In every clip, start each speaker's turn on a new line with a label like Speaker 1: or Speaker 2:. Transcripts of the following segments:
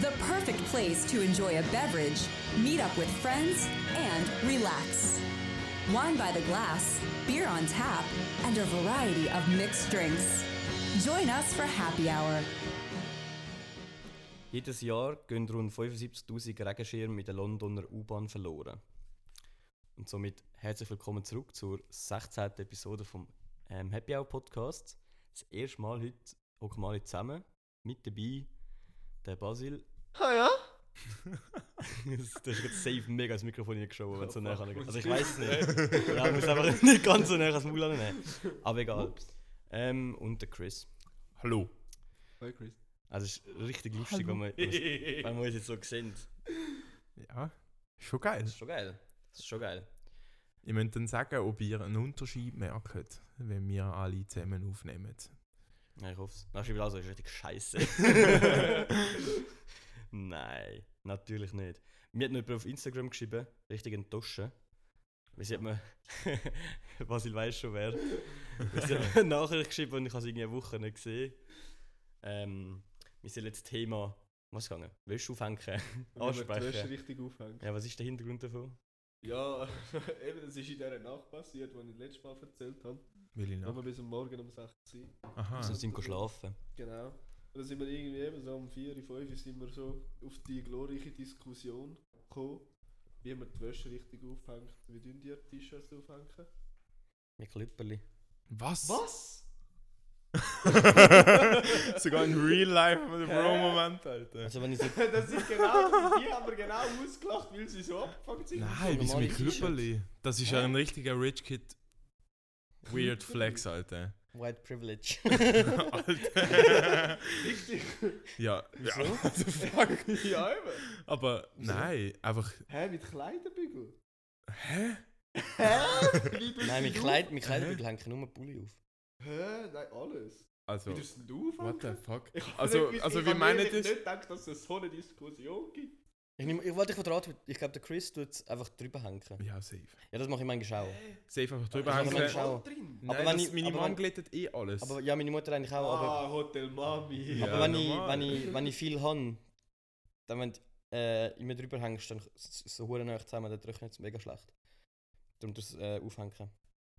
Speaker 1: the perfect place to enjoy a beverage, meet up with friends, and relax. Wine by the glass, beer on tap, and a variety of mixed drinks. Join us for happy hour.
Speaker 2: Jedes Jahr gehen rund 75.000 Regenschirme mit der Londoner U-Bahn verloren. Und somit herzlich willkommen zurück zur 16. Episode vom ähm, Happy Hour Podcast. Das erste Mal heute auch mal zusammen. Mit dabei der Basil.
Speaker 3: Ah ja?
Speaker 2: Das das ist gerade safe mega das Mikrofon reingeschoben,
Speaker 3: Oh,
Speaker 2: wenn es so näher kann. Also ich weiß es nicht. ja, ich muss einfach nicht ganz so näher ans Maul nehmen. Aber egal. Ähm, und der Chris.
Speaker 4: Hallo.
Speaker 3: Hi Chris.
Speaker 2: Also es ist richtig lustig, wenn man, wenn man uns jetzt so sehen.
Speaker 4: Ja, ist schon geil.
Speaker 2: Das ist schon geil. Das ist schon geil.
Speaker 4: Ich möchte dann sagen, ob ihr einen Unterschied merkt, wenn wir alle zusammen aufnehmen.
Speaker 2: Ja, ich hoffe es. Dann schreibe ich auch so, ist richtig scheiße. Nein, natürlich nicht. Mir hat noch jemand auf Instagram geschrieben, richtig enttäuschen. Wie sieht man, Basil weiß schon wer. Wie sieht man eine Nachricht geschrieben und ich habe es irgendwie eine Woche nicht gesehen. Ähm, wir sind jetzt Thema, was gegangen? Willst du aufhängen?
Speaker 3: Du hast
Speaker 2: Ansprechen?
Speaker 3: richtig aufhängt.
Speaker 2: Ja, was ist der Hintergrund davon?
Speaker 3: Ja, eben, das ist in dieser Nacht passiert, die ich letztes Mal erzählt habe.
Speaker 4: Will ich
Speaker 3: Da waren wir
Speaker 4: noch?
Speaker 3: bis am Morgen um 6 Uhr.
Speaker 4: Aha.
Speaker 2: Sie Also, sind go schlafen.
Speaker 3: Genau. Und dann sind wir irgendwie eben so um 4, 5 sind wir so auf die glorreiche Diskussion gekommen, wie man die Wäsche richtig aufhängt. Wie dünn die T-Shirts aufhängen?
Speaker 2: Mit Klipperli.
Speaker 4: Was?
Speaker 3: Was?
Speaker 4: Sogar in real life mit dem Bro-Moment, Alter.
Speaker 2: Also wenn ich so
Speaker 3: das ist genau, die haben wir genau ausgelacht, weil sie so abgefangen sind.
Speaker 4: Nein, bis
Speaker 2: normale
Speaker 4: mit Klüpperli. Das ist ja ein richtiger Rich Kid. Weird Flex, Alter.
Speaker 2: White Privilege.
Speaker 4: Alter.
Speaker 3: Richtig.
Speaker 4: ja.
Speaker 2: Wieso?
Speaker 4: ja. What the fuck?
Speaker 3: ja, eben.
Speaker 4: Aber nein, einfach.
Speaker 3: Hä, mit Kleiderbügel?
Speaker 4: Hä?
Speaker 3: Hä? Wie tust
Speaker 2: Nein,
Speaker 3: du
Speaker 2: mit
Speaker 3: das
Speaker 2: Kleid, mit Kleidbügel hängen nur Pulli auf.
Speaker 3: auf- Hä? Nein, alles.
Speaker 4: Also.
Speaker 3: Wie tust du das
Speaker 4: What the
Speaker 3: aufhängen?
Speaker 4: fuck?
Speaker 3: Ich hab
Speaker 4: Also,
Speaker 3: nicht gewusst-
Speaker 4: also
Speaker 3: ich
Speaker 4: wie
Speaker 3: hab
Speaker 4: meint
Speaker 3: ehrlich
Speaker 4: ihr das?
Speaker 3: nicht gedacht, dass es so eine Diskussion gibt.
Speaker 2: Ich, nehm, ich wollte dich verraten, ich glaube, der Chris tut es einfach drüber hängen.
Speaker 4: Ja, safe.
Speaker 2: Ja, das mache ich manchmal auch.
Speaker 4: Safe einfach
Speaker 2: Ich
Speaker 4: drüber
Speaker 2: hab
Speaker 4: hängen.
Speaker 2: manchmal
Speaker 4: Nein,
Speaker 2: auch.
Speaker 3: drin.
Speaker 2: Aber wenn
Speaker 4: das-
Speaker 2: ich-
Speaker 4: meine
Speaker 2: aber
Speaker 4: Mom
Speaker 2: wenn-
Speaker 4: glättet eh alles.
Speaker 2: Aber ja, meine Mutter eigentlich auch. Aber,
Speaker 3: Ah, Hotel Mami.
Speaker 4: Ja,
Speaker 2: aber wenn, ich,
Speaker 4: normal.
Speaker 2: wenn, ich, wenn ich viel habe, dann wenn du äh, immer drüber hängst, dann s- s- so hure nah zusammen, dann drückt es mega schlecht. Darum das äh, aufhängen.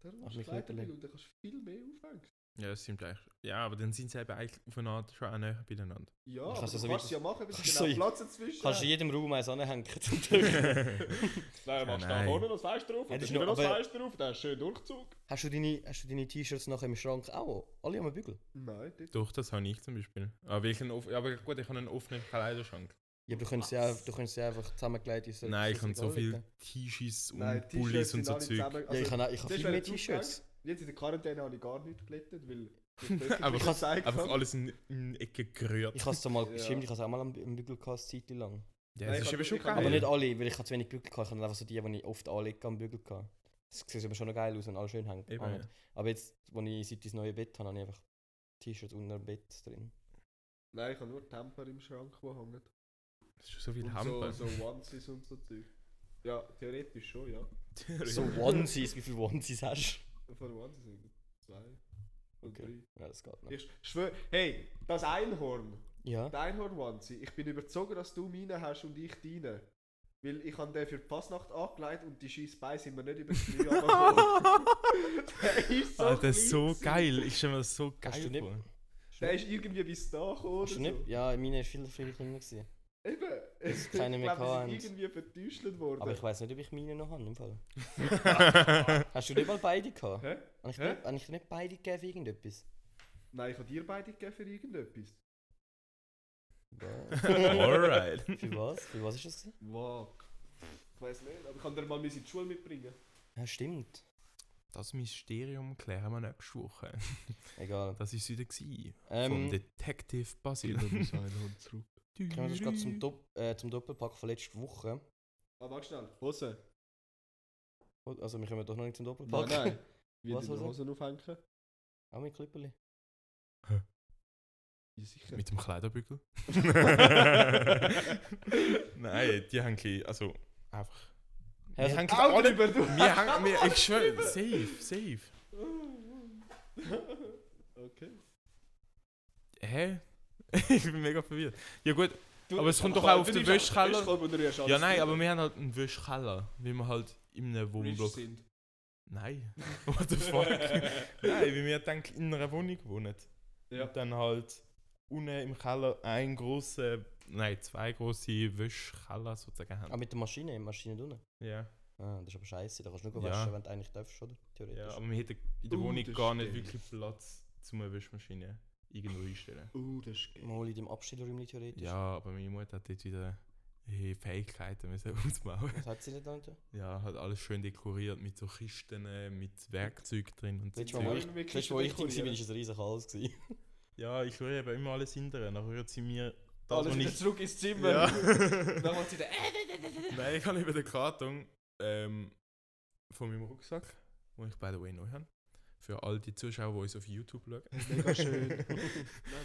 Speaker 3: Darum
Speaker 2: Ach,
Speaker 3: hast du
Speaker 2: mich
Speaker 3: Kleiderbügel
Speaker 2: nicht
Speaker 3: und dann kannst du viel mehr aufhängen.
Speaker 4: Ja, das stimmt eigentlich. Ja, aber dann sind sie eben eigentlich aufeinander schon auch näher beieinander.
Speaker 3: Ja,
Speaker 2: kannst
Speaker 3: aber
Speaker 2: du
Speaker 3: du
Speaker 2: so
Speaker 3: kannst
Speaker 2: weit-
Speaker 3: es ja machen, bis
Speaker 2: kannst
Speaker 3: genau
Speaker 2: so-
Speaker 3: Platz dazwischen
Speaker 2: Kannst du in
Speaker 3: hast.
Speaker 2: jedem Raum eins anhängen zum drücken.
Speaker 3: Nein,
Speaker 4: Ja,
Speaker 3: machst du da
Speaker 4: nein.
Speaker 3: vorne noch das Fenster auf
Speaker 2: Ja, das
Speaker 3: und dann
Speaker 2: ist noch-
Speaker 3: noch das
Speaker 2: aber-
Speaker 3: Fenster auf, dann hast du schön Durchzug.
Speaker 2: hast du deine, hast du deine T-Shirts nachher im Schrank auch? Alle am Bügel?
Speaker 3: Nein, das
Speaker 4: Doch, das habe ich zum Beispiel. Aber, ich einen off- aber gut, ich habe einen offenen Kleiderschrank.
Speaker 2: Ja, aber du könntest sie, auch- du könntest sie einfach zusammengelegt in so
Speaker 4: Nein, ich
Speaker 2: so-
Speaker 4: habe so
Speaker 2: Ja,
Speaker 4: viele T-Shirts und
Speaker 3: Nein, die
Speaker 4: Pullis
Speaker 3: T-Shirts sind
Speaker 4: und so
Speaker 3: alle
Speaker 4: Zeug.
Speaker 3: zusammen- also,
Speaker 2: ich habe auch- ich habe
Speaker 3: das
Speaker 2: viel
Speaker 3: wäre
Speaker 2: mehr
Speaker 3: jetzt
Speaker 2: T-Shirts.
Speaker 3: aufgegangen. Jetzt in der Quarantäne habe ich gar nicht glättet, weil...
Speaker 4: Aber
Speaker 3: ich
Speaker 4: Einfach alles in, in Ecke gerührt.
Speaker 2: Ich habe es mal
Speaker 3: Ja.
Speaker 2: bestimmt, ich habe es auch mal am am Bügel gehabt, eine Zeit lang.
Speaker 4: ja,
Speaker 3: Nein,
Speaker 4: das
Speaker 3: ich
Speaker 4: ist
Speaker 3: hab-
Speaker 4: eben schon
Speaker 3: ich hab-
Speaker 4: geil.
Speaker 2: Aber
Speaker 3: Ja.
Speaker 2: nicht alle, weil ich habe zu wenig Bügel gehabt, ich habe einfach so die, die ich oft anlege am Bügel gehabt. Das sieht aber schon noch geil aus, wenn alles schön hängt.
Speaker 4: Eben,
Speaker 2: hängt.
Speaker 4: ja.
Speaker 2: Aber jetzt, wo ich seit das neue Bett habe, habe ich einfach T-Shirts unter dem Bett drin.
Speaker 3: Nein, ich habe nur Temper im Schrank, die hängen.
Speaker 4: Das ist schon so viel
Speaker 3: Und so,
Speaker 4: Hamper.
Speaker 3: so Onesies und so Zeug. Ja, theoretisch schon, ja.
Speaker 2: So Onesies, wie viele Onesies hast
Speaker 3: Von Onesies sind zwei und
Speaker 2: Okay.
Speaker 3: drei.
Speaker 2: du? Ja, das geht noch.
Speaker 3: Ich schwöre, hey, das Einhorn,
Speaker 2: Ja,
Speaker 3: das einhorn onesie ich bin überzogen, dass du meine hast und ich deine. Weil ich habe den für die Passnacht angelegt und die scheiß Beine sind mir nicht über die Knie angekommen. Der ist so
Speaker 4: Alter, das
Speaker 3: klein
Speaker 4: ist so
Speaker 3: gewesen.
Speaker 4: geil. Ich stelle mir das so geil
Speaker 2: Hast du nicht-
Speaker 4: vor.
Speaker 3: Der ist irgendwie bis da gekommen.
Speaker 2: hast du
Speaker 3: oder
Speaker 2: nicht? Ja, meine war viel, viel kleiner. Gewesen.
Speaker 3: So. Eben. Ich
Speaker 2: keine mehr
Speaker 3: glaube,
Speaker 2: gehabt.
Speaker 3: die sind irgendwie vertäuscht worden.
Speaker 2: Aber ich weiß nicht, ob ich meine noch habe. Im Fall. Hast du nicht mal beide gehabt?
Speaker 3: Hä?
Speaker 2: Habe ich,
Speaker 3: Hä?
Speaker 2: nicht- habe ich dir nicht beide gegeben für irgendetwas?
Speaker 3: Nein, ich habe dir beide gegeben für irgendetwas.
Speaker 2: Was?
Speaker 4: Alright.
Speaker 2: für was? Für was ist das? gewesen?
Speaker 3: Wow. Ich weiß nicht, aber ich kann dir mal meine in die Schule mitbringen.
Speaker 2: Ja, stimmt.
Speaker 4: Das Mysterium klären wir nächste Woche.
Speaker 2: Egal.
Speaker 4: Das war es wieder. Gewesen. Vom
Speaker 2: Ähm,
Speaker 4: Detective Basil.
Speaker 2: Kommen wir sonst gerade zum, Dopp äh, zum Doppelpack von letzter Woche.
Speaker 3: Ah, warte schnell. Hose.
Speaker 2: Oh, Also, wir kommen doch noch nicht zum Doppelpack.
Speaker 3: Nein, nein. Wie
Speaker 2: Was
Speaker 3: du die
Speaker 2: Hose?
Speaker 3: Hosen aufhängen?
Speaker 2: Auch mit Klipperli.
Speaker 3: Ja, sicher.
Speaker 4: Mit dem Kleiderbügel? Nein, die haben gleich, also einfach.
Speaker 2: Hä, also-
Speaker 4: wir haben
Speaker 3: Auch
Speaker 4: alle,
Speaker 3: drüber, du.
Speaker 4: wir haben, wir, ich schwöre, safe, safe.
Speaker 3: okay.
Speaker 4: Hä? ich bin mega verwirrt. Ja gut,
Speaker 3: Du-
Speaker 4: Aber es kommt doch
Speaker 3: Fall,
Speaker 4: auch auf
Speaker 3: du
Speaker 4: den
Speaker 3: nimmst einfach
Speaker 4: Wäschkeller.
Speaker 3: Wäschkorb und rührst
Speaker 4: Ja,
Speaker 3: alles
Speaker 4: nein,
Speaker 3: rein.
Speaker 4: aber wir haben halt einen Wäschkeller, weil wir halt in einem
Speaker 3: Rich
Speaker 4: Wohnblock.
Speaker 3: sind.
Speaker 4: Nein. What the fuck? nein, weil wir dann in einer Wohnung wohnen.
Speaker 3: Ja.
Speaker 4: Und dann halt unten im Keller ein große, nein, zwei große Wäschkeller sozusagen
Speaker 2: Ah,
Speaker 4: haben.
Speaker 2: mit der Maschine, in der Maschine drinnen.
Speaker 4: Ja.
Speaker 2: Ah, das ist aber scheiße, da kannst du nur
Speaker 4: Ja.
Speaker 2: waschen, wenn du eigentlich darfst, oder? Theoretisch.
Speaker 4: Ja, aber wir hätten in der
Speaker 3: Uh,
Speaker 4: Wohnung
Speaker 3: das
Speaker 4: gar nicht
Speaker 3: stimmt.
Speaker 4: wirklich Platz, um eine Wäschmaschine irgendwo einstellen.
Speaker 3: Uh, das ist geil.
Speaker 2: Mal in dem Abstellräumchen theoretisch.
Speaker 4: Ja, aber meine Mutter hat dort wieder eh, Fähigkeiten müssen ausbauen.
Speaker 2: Was hat sie denn da nicht?
Speaker 4: Ja, hat alles schön dekoriert mit so Kisten, äh, mit Werkzeug drin und so.
Speaker 2: Letztes Mal, wo
Speaker 4: Zeug.
Speaker 2: ich,
Speaker 3: Irgendwie
Speaker 2: letztes Mal, wo ich drin war, war
Speaker 3: dekorieren.
Speaker 2: es ein riesiger Hals. gewesen.
Speaker 4: Ja, ich rühre eben immer alles hinterher. Dann rührt sie mir das,
Speaker 3: Alles
Speaker 4: was
Speaker 3: wieder
Speaker 4: ich...
Speaker 3: zurück ins Zimmer.
Speaker 4: Ja.
Speaker 3: Dann macht sie den.
Speaker 4: Nein, ich habe über den Karton ähm, von meinem Rucksack, wo ich by the way neu habe, für all die Zuschauer, die uns auf YouTube schauen.
Speaker 3: Mega schön. Nein,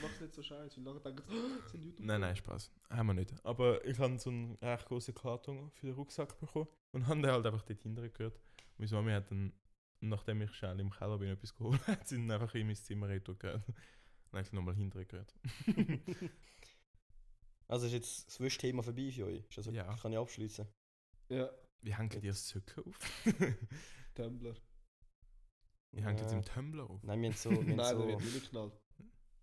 Speaker 3: mach's nicht so scheiße. Und nachher denken sie, oh, sind YouTube.
Speaker 4: Nein, nein, Spaß. Haben wir nicht. Aber ich habe so einen recht großen Karton für den Rucksack bekommen und habe den halt einfach dort hinten gehört. Und Meine Mami hat dann, nachdem ich schnell im Keller bin, etwas geholt hat, sie dann einfach in mein Zimmer retour gehört. Dann habe ich nochmal hinten gehört.
Speaker 2: Also ist jetzt das Wischthema vorbei für euch. Ist also,
Speaker 4: Ja.
Speaker 2: Kann ich abschließen.
Speaker 3: Ja,
Speaker 4: Wie hängt ihr das Söcke auf?
Speaker 3: Tumblr.
Speaker 4: Wie hängt ihr im Tumblr auf?
Speaker 2: Nein, wir haben so. Wir haben
Speaker 3: Nein, der
Speaker 2: so,
Speaker 3: wird
Speaker 2: wir
Speaker 3: reingeknallt.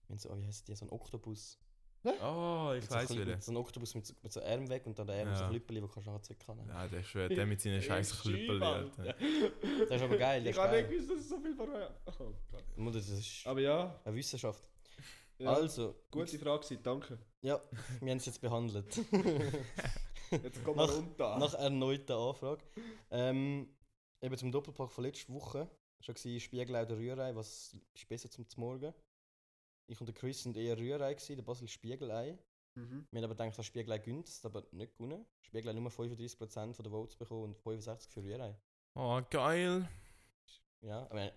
Speaker 2: haben so oh, wie heißt die? So ein Oktopus.
Speaker 4: Oh, ich
Speaker 2: Mit so ein
Speaker 4: weiß
Speaker 2: bisschen-
Speaker 4: wieder.
Speaker 2: mit So ein Oktopus mit so, mit so Arm weg und dann der Arm
Speaker 4: Ja.
Speaker 2: so ein Klüppeli, wo kannst du nachher zurückkommen.
Speaker 4: Ja, der ist schwer, der mit seinen scheiß Klüppeln. Alter.
Speaker 3: Das
Speaker 2: ist aber geil, das
Speaker 3: Ich
Speaker 2: ist
Speaker 3: habe
Speaker 2: geil.
Speaker 3: nicht gewusst, dass es so viel war. Oh Gott.
Speaker 2: Mutter, Das ist
Speaker 3: Aber ja,
Speaker 2: eine Wissenschaft.
Speaker 3: ja
Speaker 2: Also,
Speaker 3: gute Frage, gewesen, danke.
Speaker 2: ja, wir haben es jetzt behandelt.
Speaker 3: Jetzt kommen wir
Speaker 2: Nach-
Speaker 3: runter.
Speaker 2: Nach erneuter Anfrage. Ähm, eben zum Doppelpack von letzter Woche. Schon war Spiegel oder Rührei, was ist besser zum Morgen? Ich und der Chris sind eher Rührei, gewesen, der Basel Spiegelei.
Speaker 3: Mhm.
Speaker 2: Wir haben aber gedacht, dass Spiegelei günst, aber nicht gewonnen. Spiegelei nur 35% von der Votes bekommen und 65% für Rührei.
Speaker 4: Oh, geil.
Speaker 2: Ja, aber äh,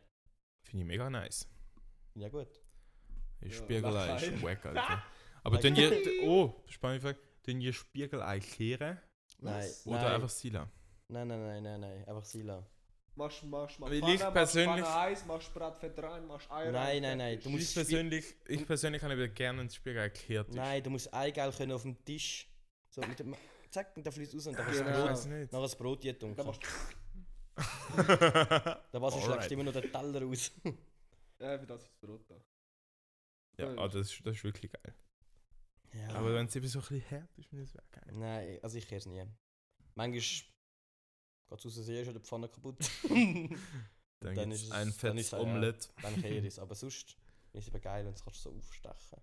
Speaker 4: Finde ich mega nice.
Speaker 2: ja gut.
Speaker 4: Ja,
Speaker 3: Ja,
Speaker 4: Spiegelei
Speaker 3: nein.
Speaker 4: ist wack, Alter. Aber dann
Speaker 2: Nein.
Speaker 4: ihr. Oh, spannende Frage. Dann ihr Spiegelei kehren
Speaker 2: Nein,
Speaker 3: Was?
Speaker 4: oder
Speaker 2: nein.
Speaker 4: einfach Sila?
Speaker 2: Nein, nein, nein, nein, nein, einfach Sila.
Speaker 3: Machst machst machst
Speaker 4: Weil ich
Speaker 3: machst
Speaker 4: persönlich-
Speaker 3: Pfanne heiß, machst Bratfett rein, machst Eier
Speaker 2: Nein,
Speaker 3: rein,
Speaker 2: nein, nein,
Speaker 3: fertig.
Speaker 2: du musst-
Speaker 4: Ich persönlich, ich persönlich habe eben gerne einen Spiegelei gekehrt.
Speaker 2: Nein, du musst Eigelb können auf dem Tisch. So mit dem. Zack, und dann fließt raus und dann kannst du
Speaker 4: ich
Speaker 2: das
Speaker 3: Genau.
Speaker 2: Brot.
Speaker 4: weiß nicht.
Speaker 2: Nachher das Brot hier dunkel.
Speaker 3: Dann machst
Speaker 2: Der Wasser
Speaker 4: Alright.
Speaker 2: schlägt immer noch den Teller aus.
Speaker 3: Ja, für das ist das Brot da.
Speaker 4: Ja, ah, das, ist, das ist wirklich geil.
Speaker 2: Ja.
Speaker 4: Aber wenn es eben so ein bisschen hart ist, finde ich es wäre geil.
Speaker 2: Nein, also ich kehre es nie. Manchmal geht es aus der See, ist ja die Pfanne kaputt. dann
Speaker 4: Dann,
Speaker 2: Dann
Speaker 4: gibt's
Speaker 2: ist es-
Speaker 4: ein
Speaker 2: dann
Speaker 4: fettes
Speaker 2: ist es- ja.
Speaker 4: Omelette.
Speaker 2: kehre ich es. Aber sonst ist es eben geil, wenn du es kannst so aufstechen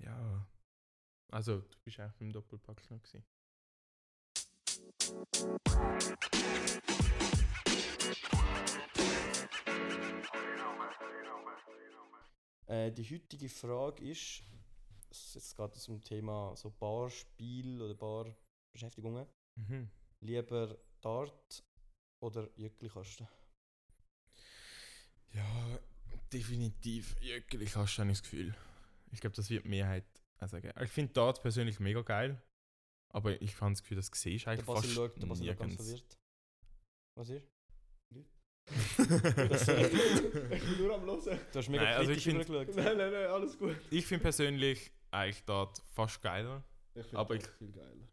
Speaker 4: Ja. Also, du bist eigentlich beim Doppelpack noch gewesen.
Speaker 2: äh, Die heutige Frage ist, es- jetzt geht es um Thema so Barspiel oder Barbeschäftigungen.
Speaker 4: Mhm.
Speaker 2: Lieber Dart oder Jöckelkasten?
Speaker 4: Ja, definitiv. Wirklich hast du das Gefühl. Ich glaube, das wird die Mehrheit auch sagen. Ich finde Darts persönlich mega geil. Aber ich habe das Gefühl, das siehst du
Speaker 2: Der
Speaker 4: eigentlich fast
Speaker 2: Basil schaut, der Basil schaut ganz
Speaker 4: nirgends.
Speaker 2: verwirrt. Was ist?
Speaker 3: ich
Speaker 2: Das-
Speaker 3: bin nur am Hören.
Speaker 2: Du hast mega
Speaker 4: Nein, also ich
Speaker 2: kritisch
Speaker 4: find-
Speaker 2: übergeschaut.
Speaker 3: Nein, nein, nein, alles gut.
Speaker 4: Ich finde persönlich eigentlich dort fast geiler,
Speaker 3: Ich finde
Speaker 4: Aber
Speaker 3: das
Speaker 4: ich-
Speaker 3: viel geiler.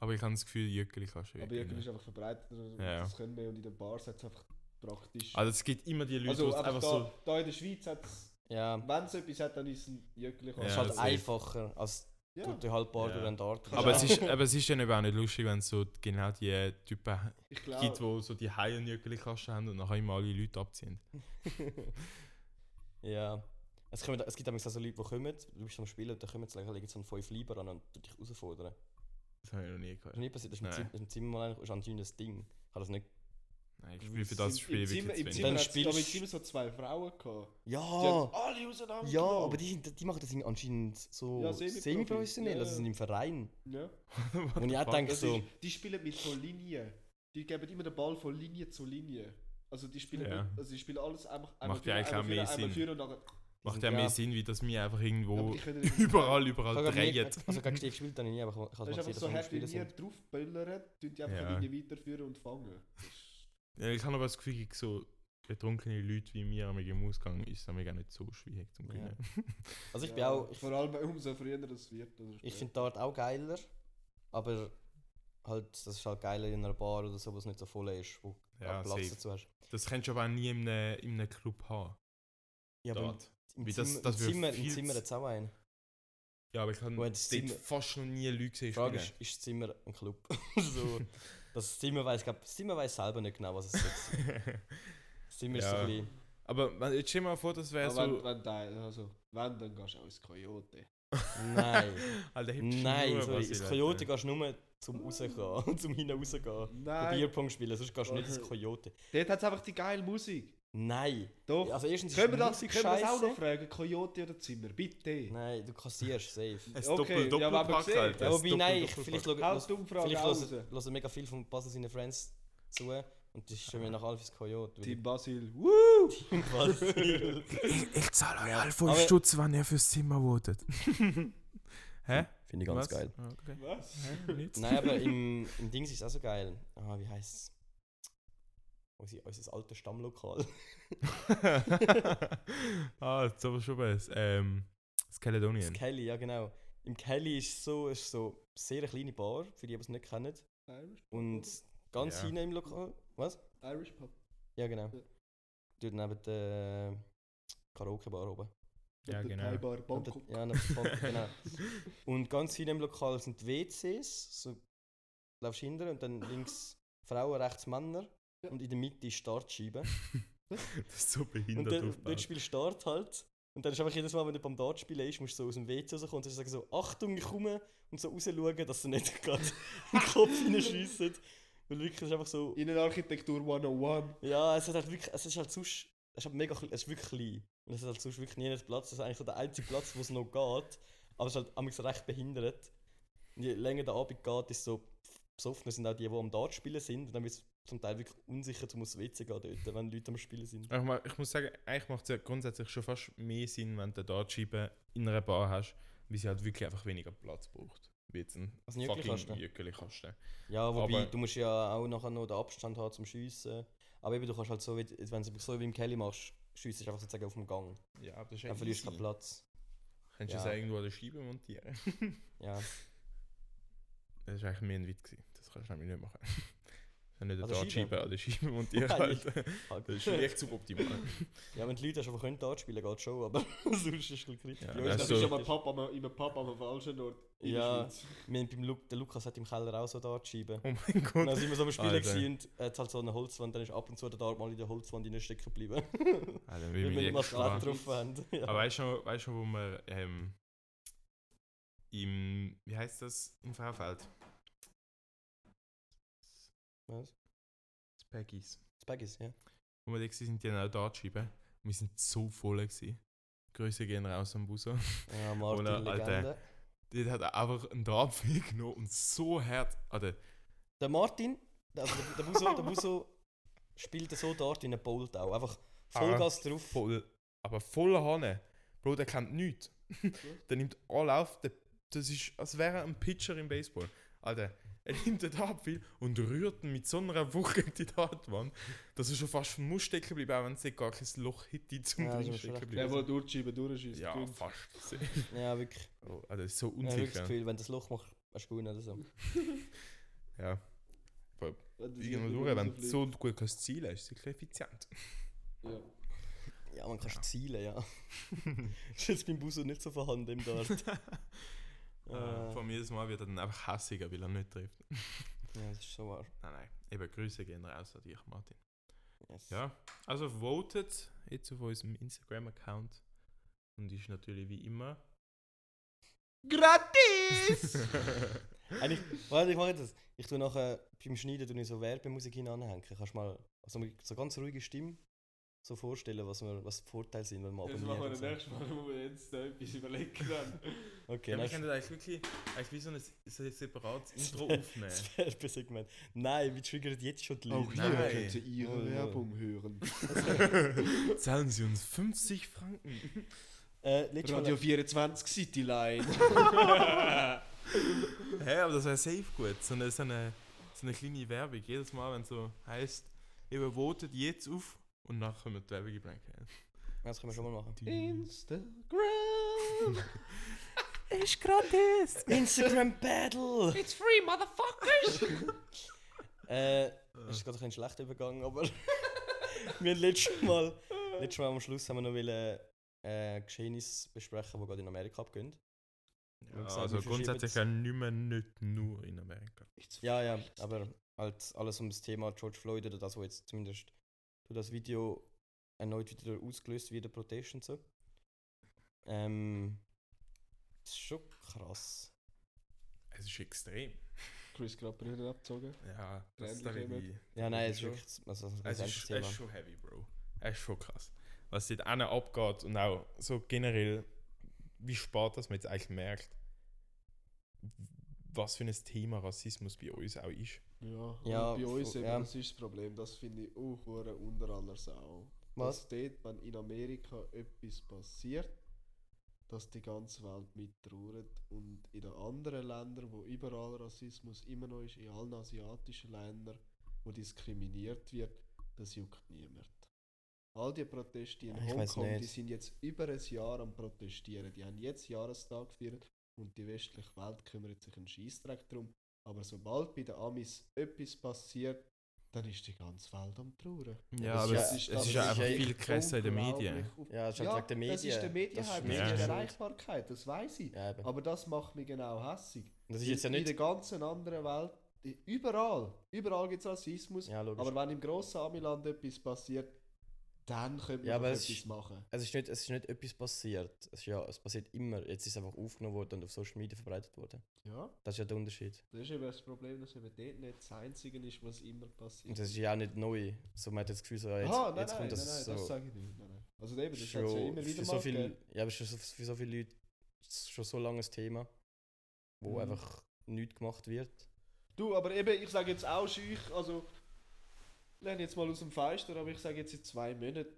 Speaker 4: aber ich habe das Gefühl, Jöckeli kannst du
Speaker 3: Aber
Speaker 4: wirklich
Speaker 2: genau.
Speaker 3: irgendwie ist
Speaker 4: nicht.
Speaker 3: einfach verbreitet. und
Speaker 4: Ja.
Speaker 3: Das können wir und in den Bars hat es einfach praktisch.
Speaker 4: Also es gibt immer die Leute,
Speaker 3: Also,
Speaker 4: die es
Speaker 3: einfach,
Speaker 4: einfach
Speaker 3: da,
Speaker 4: so...
Speaker 3: da in der Schweiz hat es,
Speaker 2: Ja,
Speaker 3: wenn es etwas hat, dann ist es ein Jöckli.
Speaker 4: Ja,
Speaker 2: es ist halt
Speaker 4: safe.
Speaker 2: einfacher als
Speaker 3: Ja,
Speaker 2: du du halt Bar
Speaker 4: Ja.
Speaker 2: durch einen Dart
Speaker 4: Aber,
Speaker 2: kannst.
Speaker 4: es ist, aber es ist dann eben auch nicht lustig, wenn es so genau die Typen
Speaker 3: ich
Speaker 4: gibt,
Speaker 3: glaube.
Speaker 4: die so die heilen Jöckeli kannst haben und nachher immer alle Leute abziehen.
Speaker 2: ja. Es, kommen, es gibt übrigens auch so Leute, die kommen, du bist am Spielen und dann kommen sie und legen so einen 5 Lieber an und tun dich herausfordern.
Speaker 4: Das habe ich noch nie gehört.
Speaker 2: Das ist nie passiert, das ist im,
Speaker 4: Nein.
Speaker 2: Zim, das ist im Zimmer mal eigentlich, ist anscheinend ein Ding. Ich habe das nicht...
Speaker 4: Nein, ich spiele für das
Speaker 3: Im, im
Speaker 4: Spiel
Speaker 3: Zimmer,
Speaker 4: wirklich
Speaker 3: im
Speaker 4: zu
Speaker 3: Zimmer
Speaker 4: wenig.
Speaker 2: Dann
Speaker 3: hat es
Speaker 2: spielst-
Speaker 3: damals immer so zwei Frauen gehabt. Die
Speaker 2: Ja!
Speaker 3: haben alle auseinander
Speaker 2: Ja, aber die, sind- die machen das anscheinend so
Speaker 3: genau. Ja, semi-profis.
Speaker 2: semi-professionell,
Speaker 3: Ja,
Speaker 2: also
Speaker 3: ja.
Speaker 2: sie sind im Verein.
Speaker 3: Ja.
Speaker 2: Und ich auch denke
Speaker 3: Das
Speaker 2: so...
Speaker 3: ist, die spielen mit so Linien. Die geben immer den Ball von Linie zu Linie. Also die spielen,
Speaker 4: Ja.
Speaker 3: mit, also die spielen alles einfach einmal
Speaker 4: Macht ja eigentlich
Speaker 3: einmal
Speaker 4: auch mehr
Speaker 3: einmal
Speaker 4: Sinn. Oh.
Speaker 3: für und nachher.
Speaker 4: Macht
Speaker 2: sind-
Speaker 4: ja
Speaker 2: ja.
Speaker 4: mehr Sinn, wie dass wir einfach irgendwo
Speaker 3: Aber die können nicht-
Speaker 4: überall,
Speaker 2: Ich
Speaker 4: überall
Speaker 2: habe nie-
Speaker 4: drehen.
Speaker 2: also gegen die gespielt habe ich nie, aber ich- ich habe
Speaker 3: Das
Speaker 2: mal gesehen,
Speaker 3: ist einfach
Speaker 2: dass
Speaker 3: so
Speaker 2: so
Speaker 3: hart, wie
Speaker 2: Also Spielen
Speaker 3: wir
Speaker 2: sind.
Speaker 3: draufböllern, tun die einfach
Speaker 4: Ja.
Speaker 3: die Linie weiterführen und fangen.
Speaker 4: Ja, ich habe aber das Gefühl, ich so betrunkene Leute wie mir am im Ausgang ist es am auch nicht so schwierig zum
Speaker 2: Ja.
Speaker 4: Gewinnen.
Speaker 2: Also ich bin
Speaker 3: Ja,
Speaker 2: auch. Ich,
Speaker 3: Vor allem umso früher das wird. oder
Speaker 2: ich
Speaker 3: später.
Speaker 2: finde Dart auch geiler, aber halt, das ist halt geiler in einer Bar oder so, wo es nicht so voll ist, wo du
Speaker 4: Ja,
Speaker 2: keinen Platz
Speaker 4: safe.
Speaker 2: dazu hast.
Speaker 4: Das kannst du aber auch nie in einem, in einem Club haben.
Speaker 2: Ja, aber im,
Speaker 4: Dort.
Speaker 2: im
Speaker 4: Wie das-
Speaker 2: Zimmer,
Speaker 4: das
Speaker 2: im
Speaker 4: wird
Speaker 2: Zimmer, im
Speaker 4: viel
Speaker 2: Zimmer
Speaker 4: zu-
Speaker 2: hat es auch einen.
Speaker 4: Ja, aber ich habe
Speaker 2: Wo
Speaker 4: dort
Speaker 2: jetzt Zimmer-
Speaker 4: fast noch nie Leute gesehen.
Speaker 2: Die Frage
Speaker 4: spielen.
Speaker 2: ist, ist das Zimmer ein Club? so, das Zimmer weiß, glaub, das Zimmer weiß selber nicht genau, was es ist. Das Zimmer ist so
Speaker 4: Ja.
Speaker 2: ein bisschen.
Speaker 4: aber wenn- jetzt stell dir mal vor, das wäre
Speaker 3: Aber
Speaker 4: Äh, so.
Speaker 3: wenn, wenn, dein- also, wenn, dann gehst du auch ins Coyote.
Speaker 2: Nein.
Speaker 4: Alter, hebst du
Speaker 2: Nein,
Speaker 4: nur,
Speaker 2: sorry.
Speaker 4: Basil,
Speaker 2: Ins
Speaker 4: Alter.
Speaker 2: Coyote gehst du nur zum Rausgehen, zum Hinein rausgehen. Und
Speaker 3: Nein,
Speaker 2: Bierpong spielen, sonst gehst du nicht ins Coyote.
Speaker 3: dort hat es einfach die geile Musik.
Speaker 2: Nein.
Speaker 3: Doch.
Speaker 2: Also erstens
Speaker 3: können wir das,
Speaker 2: Musik
Speaker 3: können wir das auch
Speaker 2: scheisse.
Speaker 3: noch fragen? Coyote oder Zimmer? Bitte.
Speaker 2: Nein, du kassierst, safe.
Speaker 4: Ein
Speaker 3: Okay,
Speaker 4: Doppel,
Speaker 3: ja, aber
Speaker 4: Doppelpack,
Speaker 3: gesehen.
Speaker 4: Alter.
Speaker 2: Ja,
Speaker 4: ein
Speaker 2: wobei,
Speaker 4: Doppel-
Speaker 2: nein, ich,
Speaker 4: Doppelpack.
Speaker 2: vielleicht schaue
Speaker 3: Haut Halt die
Speaker 2: los-
Speaker 3: Umfrage
Speaker 2: vielleicht
Speaker 3: raus.
Speaker 2: hören- hören mega viel von Basel seinen Friends zu und das ist schon nach Alphys Coyote. weil
Speaker 3: Team Basil, woo!
Speaker 2: ich- Basil.
Speaker 4: Ich zahle euch
Speaker 2: Ja.
Speaker 4: alle 5
Speaker 2: Aber-
Speaker 4: Stutz, wenn ihr fürs Zimmer wotet. Hä?
Speaker 2: Finde ich ganz
Speaker 4: Was?
Speaker 2: geil.
Speaker 4: Ah, Okay.
Speaker 3: Was?
Speaker 4: Hä? Nichts?
Speaker 2: Nein, aber im, im Dings ist es auch so geil. Ah, wie heißt es? Unser, unser altes Stammlokal.
Speaker 4: ah, jetzt aber schon besser. Ähm,
Speaker 2: Das
Speaker 4: Skeledonien.
Speaker 2: Kelly, ja genau. Im Kelly ist so, ist so sehr eine kleine Bar, für die, die es nicht kennen.
Speaker 3: Irish,
Speaker 2: Und ganz
Speaker 4: Ja.
Speaker 2: hinten im Lokal. Was?
Speaker 3: Irish Pub.
Speaker 2: Ja, genau.
Speaker 3: Ja.
Speaker 2: Dort neben der Karaoke-Bar oben.
Speaker 4: ja,
Speaker 3: Der
Speaker 4: genau.
Speaker 3: Thai-Bar
Speaker 2: Und der-
Speaker 3: Bangkok.
Speaker 2: Ja, neben der Bank, genau. Und ganz hinten im Lokal sind WCs. So, laufst hinter und dann links Frauen, rechts Männer.
Speaker 3: Ja.
Speaker 2: Und in der Mitte ist Startscheibe.
Speaker 4: Das ist so
Speaker 2: Und
Speaker 4: behindert
Speaker 2: dann,
Speaker 4: aufgebaut.
Speaker 2: dort spielst du Start halt. Und dann ist einfach jedes Mal, wenn du beim Dartspielen ist, musst du so aus dem WC rauskommen und dann sagen so, Achtung, ich komme und so rausschauen, dass du nicht gerade den Kopf hineinschiessen. Weil wirklich, es ist einfach so,
Speaker 3: Innenarchitektur 101.
Speaker 2: ja, es, hat halt wirklich, es ist halt sonst, es ist halt mega, kle- es ist wirklich klein. Und es hat halt sonst wirklich niemand Platz, das ist eigentlich so der einzige Platz, wo es noch geht. Aber es ist halt manchmal recht behindert. Und je länger der Abend geht, ist so, besoffener sind auch die, die am Dartspielen sind. Und dann wird es zum Teil wirklich unsicher, du musst ins WC gehen dort, wenn Leute am Spielen sind.
Speaker 4: Ich, ma- ich muss sagen, eigentlich macht es ja grundsätzlich schon fast mehr Sinn, wenn du eine Dartscheibe in einer Bar hast, weil sie halt wirklich einfach weniger Platz braucht. Wie jetzt ein
Speaker 2: Als ein Jöckelkasten.
Speaker 4: fucking Jöckelkasten.
Speaker 2: Ja, wobei
Speaker 4: Aber-
Speaker 2: du musst ja auch nachher noch den Abstand haben zum Schiessen. Aber eben, du kannst halt so, wie, wenn du es so wie im Kelly machst, schiessen ist einfach sozusagen auf dem Gang.
Speaker 4: Ja, aber das ist ja
Speaker 2: Dann verlierst du
Speaker 4: easy.
Speaker 2: keinen Platz.
Speaker 4: Kannst du
Speaker 2: Ja.
Speaker 4: das irgendwo an der Scheibe montieren?
Speaker 2: Ja.
Speaker 4: Das war eigentlich mehr ein Witz. Gewesen. Das kannst du nämlich nicht machen. Wenn nicht eine
Speaker 2: An der
Speaker 4: Dartscheibe an der Scheibe montieren
Speaker 2: Nein.
Speaker 4: halt. Das ist vielleicht suboptimal.
Speaker 2: ja, wenn die Leute hast, die können Dart spielen, geht schon, aber sonst ist es ein bisschen kritisch.
Speaker 4: Ja,
Speaker 2: Bei uns
Speaker 4: das
Speaker 3: Das
Speaker 4: so-
Speaker 3: ist
Speaker 2: natürlich-
Speaker 3: aber Pub am, in einem Pub am falschen Ort. In
Speaker 2: Ja.
Speaker 3: der Schweiz.
Speaker 2: wir haben beim Lu der Lukas hat im Keller auch so Dartscheiben.
Speaker 4: Oh mein
Speaker 2: Und
Speaker 4: Gott.
Speaker 2: dann sind wir so am Spielen
Speaker 4: Alter.
Speaker 2: gewesen und er hat halt so eine Holzwand, dann ist ab und zu der Dart mal in der Holzwand stecken geblieben.
Speaker 4: Alter,
Speaker 2: Weil wir
Speaker 4: mich
Speaker 2: nicht mal das
Speaker 4: extra-
Speaker 2: Brett drauf haben. Ja.
Speaker 4: Aber weißt du, noch- weißt du, noch, wo wir ähm, im, wie heißt das, im Vorfeld?
Speaker 2: Was?
Speaker 4: Spaggies.
Speaker 2: Spaggies, ja.
Speaker 4: Wo wir da gewesen sind, die haben auch Dartscheiben. Wir sind so voll gewesen. Grüße gehen raus am Buso.
Speaker 2: Ja, Martin,
Speaker 4: Oder, Alter.
Speaker 2: Legende.
Speaker 4: Dort hat er einfach einen Dartpfeil genommen und so hart an den
Speaker 2: Der Martin, also der, der, Buso, der Buso spielt so Dart in einem Bolt auch. Einfach
Speaker 4: Ah.
Speaker 2: Vollgas drauf.
Speaker 4: voll, aber voller Hanne. Bro, der kennt nichts. der nimmt alle auf, der, das ist, als wäre er ein Pitcher im Baseball. Alter, er nimmt den Dartpfeil und rührt ihn mit so einer Wucht in die Dartwand, dass er schon fast vom stecken bleibt, auch wenn es nicht gar kein Loch hätte zum
Speaker 2: Ja, das
Speaker 4: drin
Speaker 2: ist schon
Speaker 4: stecken
Speaker 2: recht.
Speaker 3: Der,
Speaker 4: bleiben.
Speaker 3: der durchschieben, durchschießt.
Speaker 4: Ja,
Speaker 3: gewinnt.
Speaker 4: fast.
Speaker 2: Ja, wirklich.
Speaker 4: Bro, Alter, das ist so
Speaker 2: Ich habe wirklich das
Speaker 4: unsicher.
Speaker 2: Gefühl, wenn du das Loch machst, hast du gewonnen oder so.
Speaker 4: Ja,
Speaker 3: Wenn das
Speaker 4: irgendwo
Speaker 3: nicht
Speaker 4: durch, wenn du
Speaker 3: rausfliegt.
Speaker 4: so gut kannst zielen, ist es wirklich effizient.
Speaker 3: Ja.
Speaker 2: Ja, man kannst zielen, ja. ist jetzt beim Buso nicht so vorhanden im Dart.
Speaker 4: Äh,
Speaker 2: äh,
Speaker 4: Von jedes Mal wird er dann einfach hässiger, weil er nicht trifft.
Speaker 2: ja, das ist so wahr.
Speaker 4: Nein, nein. Eben, Grüße gehen raus an dich, Martin.
Speaker 2: Yes.
Speaker 4: Ja, also votet jetzt auf unserem Instagram-Account. Und ist natürlich wie immer.
Speaker 3: Gratis!
Speaker 2: Eigentlich, warte, ich mache das. Ich tue nachher beim Schneiden tue ich so Werbemusik hinanhängen. Kannst du mal also mit so ganz ruhige Stimme so vorstellen, was, wir, was die Vorteile sind, wenn man
Speaker 3: Das machen wir
Speaker 2: abonniert.
Speaker 3: das
Speaker 2: und
Speaker 3: nächste Mal, wo wir jetzt da etwas überlegen haben.
Speaker 2: so. Okay,
Speaker 4: ja, wir
Speaker 2: nein,
Speaker 4: können das eigentlich wirklich eigentlich wie so ein, so ein separates Intro aufnehmen.
Speaker 2: Das Werbesegment. Nein, wir triggern jetzt schon die Leute.
Speaker 4: hier Oh, Nein. könnt ihr
Speaker 3: Ihre
Speaker 2: Oh, ja. Werbung
Speaker 3: hören.
Speaker 4: Zahlen Sie uns 50 Franken.
Speaker 2: Äh, letztes Mal-
Speaker 3: Radio 24 City Line.
Speaker 4: Hä, aber das wäre safe gut. So eine, so, eine, so eine kleine Werbung. Jedes Mal, wenn es so heißt, eben votet jetzt auf Und nachher kommen die Werbung blanken.
Speaker 2: Das können wir schon mal machen.
Speaker 3: Instagram!
Speaker 4: Ist gratis!
Speaker 2: Instagram Battle!
Speaker 3: It's free, motherfuckers!
Speaker 2: Äh, das ist gerade ein schlechter Übergang, aber wir haben letztes Mal, letztes Mal am Schluss haben wir noch wollen, äh, Geschehnisse besprechen, die gerade in Amerika abgehen.
Speaker 4: Ja, also grundsätzlich ja nicht mehr nicht nur in Amerika.
Speaker 3: It's
Speaker 2: Ja, ja, aber halt alles um das Thema George Floyd oder das, wo jetzt zumindest durch das Video erneut wieder ausgelöst wird, der Protest und so. Ähm, das ist schon krass.
Speaker 4: Es ist extrem.
Speaker 3: Chris gerade Brüder abgezogen.
Speaker 4: Ja, das ist
Speaker 3: Trendlich immer.
Speaker 4: irgendwie.
Speaker 2: Ja, nein, es ist
Speaker 4: schon.
Speaker 2: wirklich. Also, das
Speaker 4: Es
Speaker 2: ganze
Speaker 4: ist,
Speaker 2: Thema.
Speaker 4: es ist schon heavy, Bro. Es ist schon krass. Was dort hinten abgeht und auch so generell, wie spät dass man jetzt eigentlich merkt, was für ein Thema Rassismus bei uns auch ist.
Speaker 3: Ja,
Speaker 2: Ja,
Speaker 3: und bei uns
Speaker 2: voll-
Speaker 3: eben,
Speaker 2: ja.
Speaker 3: das ist das Problem, das finde ich auch hure unter aller Sau.
Speaker 2: Was?
Speaker 3: Dass dort, wenn in Amerika etwas passiert, dass die ganze Welt mittrauert und in den anderen Ländern, wo überall Rassismus immer noch ist, in allen asiatischen Ländern, wo diskriminiert wird, das juckt niemand. All die Proteste in
Speaker 2: Ah, Ich weiss
Speaker 3: Hongkong,
Speaker 2: nicht.
Speaker 3: die sind jetzt über ein Jahr am Protestieren. Die haben jetzt Jahrestag gefeiert und die westliche Welt kümmert sich einen Scheißdreck drum. Aber sobald bei den Amis etwas passiert, dann ist die ganze Welt am Trauern.
Speaker 4: Ja,
Speaker 2: aber es- es ist ja einfach
Speaker 3: echt
Speaker 4: viel krasser in den
Speaker 3: unglaublich
Speaker 4: Medien.
Speaker 3: auf-
Speaker 2: Ja, es ist halt wegen den
Speaker 3: Das ist der
Speaker 2: Medien.
Speaker 3: Medien, das
Speaker 2: Das
Speaker 3: ist
Speaker 2: ist
Speaker 4: mega schuld.
Speaker 3: Erreichbarkeit, das weiß ich.
Speaker 2: Ja, eben.
Speaker 3: Aber das macht mich genau hässig.
Speaker 2: das ist jetzt ja
Speaker 3: In der
Speaker 2: nicht.
Speaker 3: ganzen anderen Welt, i- überall, überall gibt es Rassismus.
Speaker 2: Ja, logisch.
Speaker 3: aber wenn im grossen Amiland etwas passiert, dann könnte man
Speaker 2: Ja, aber
Speaker 3: doch
Speaker 2: es
Speaker 3: etwas
Speaker 2: ist-
Speaker 3: machen.
Speaker 2: Also Es ist nicht, es ist nicht etwas passiert. Es, ist ja, es passiert immer. Jetzt ist es einfach aufgenommen worden und auf Social Media verbreitet worden.
Speaker 3: Ja,
Speaker 2: Das ist ja der Unterschied.
Speaker 3: das ist eben das Problem, dass eben dort nicht das Einzige ist, was immer
Speaker 2: Und
Speaker 3: passiert.
Speaker 2: das ist ja auch nicht neu. So, man hat das Gefühl, so, ja, jetzt,
Speaker 3: Aha, nein,
Speaker 2: jetzt
Speaker 3: nein,
Speaker 2: kommt das
Speaker 3: nein, nein,
Speaker 2: so.
Speaker 3: das sage ich nicht. Nein, nein. Also eben, das hat es ja
Speaker 2: schon
Speaker 3: immer wieder
Speaker 2: für
Speaker 3: mal
Speaker 2: so viel,
Speaker 3: gegeben.
Speaker 2: ja, aber schon so- für so viele Leute ist schon so lange ein Thema, wo
Speaker 3: Mhm.
Speaker 2: einfach nichts gemacht wird.
Speaker 3: Du, aber eben, ich sage jetzt auch schüch, also lerne jetzt mal aus dem Fenster, aber ich sage jetzt in zwei Monaten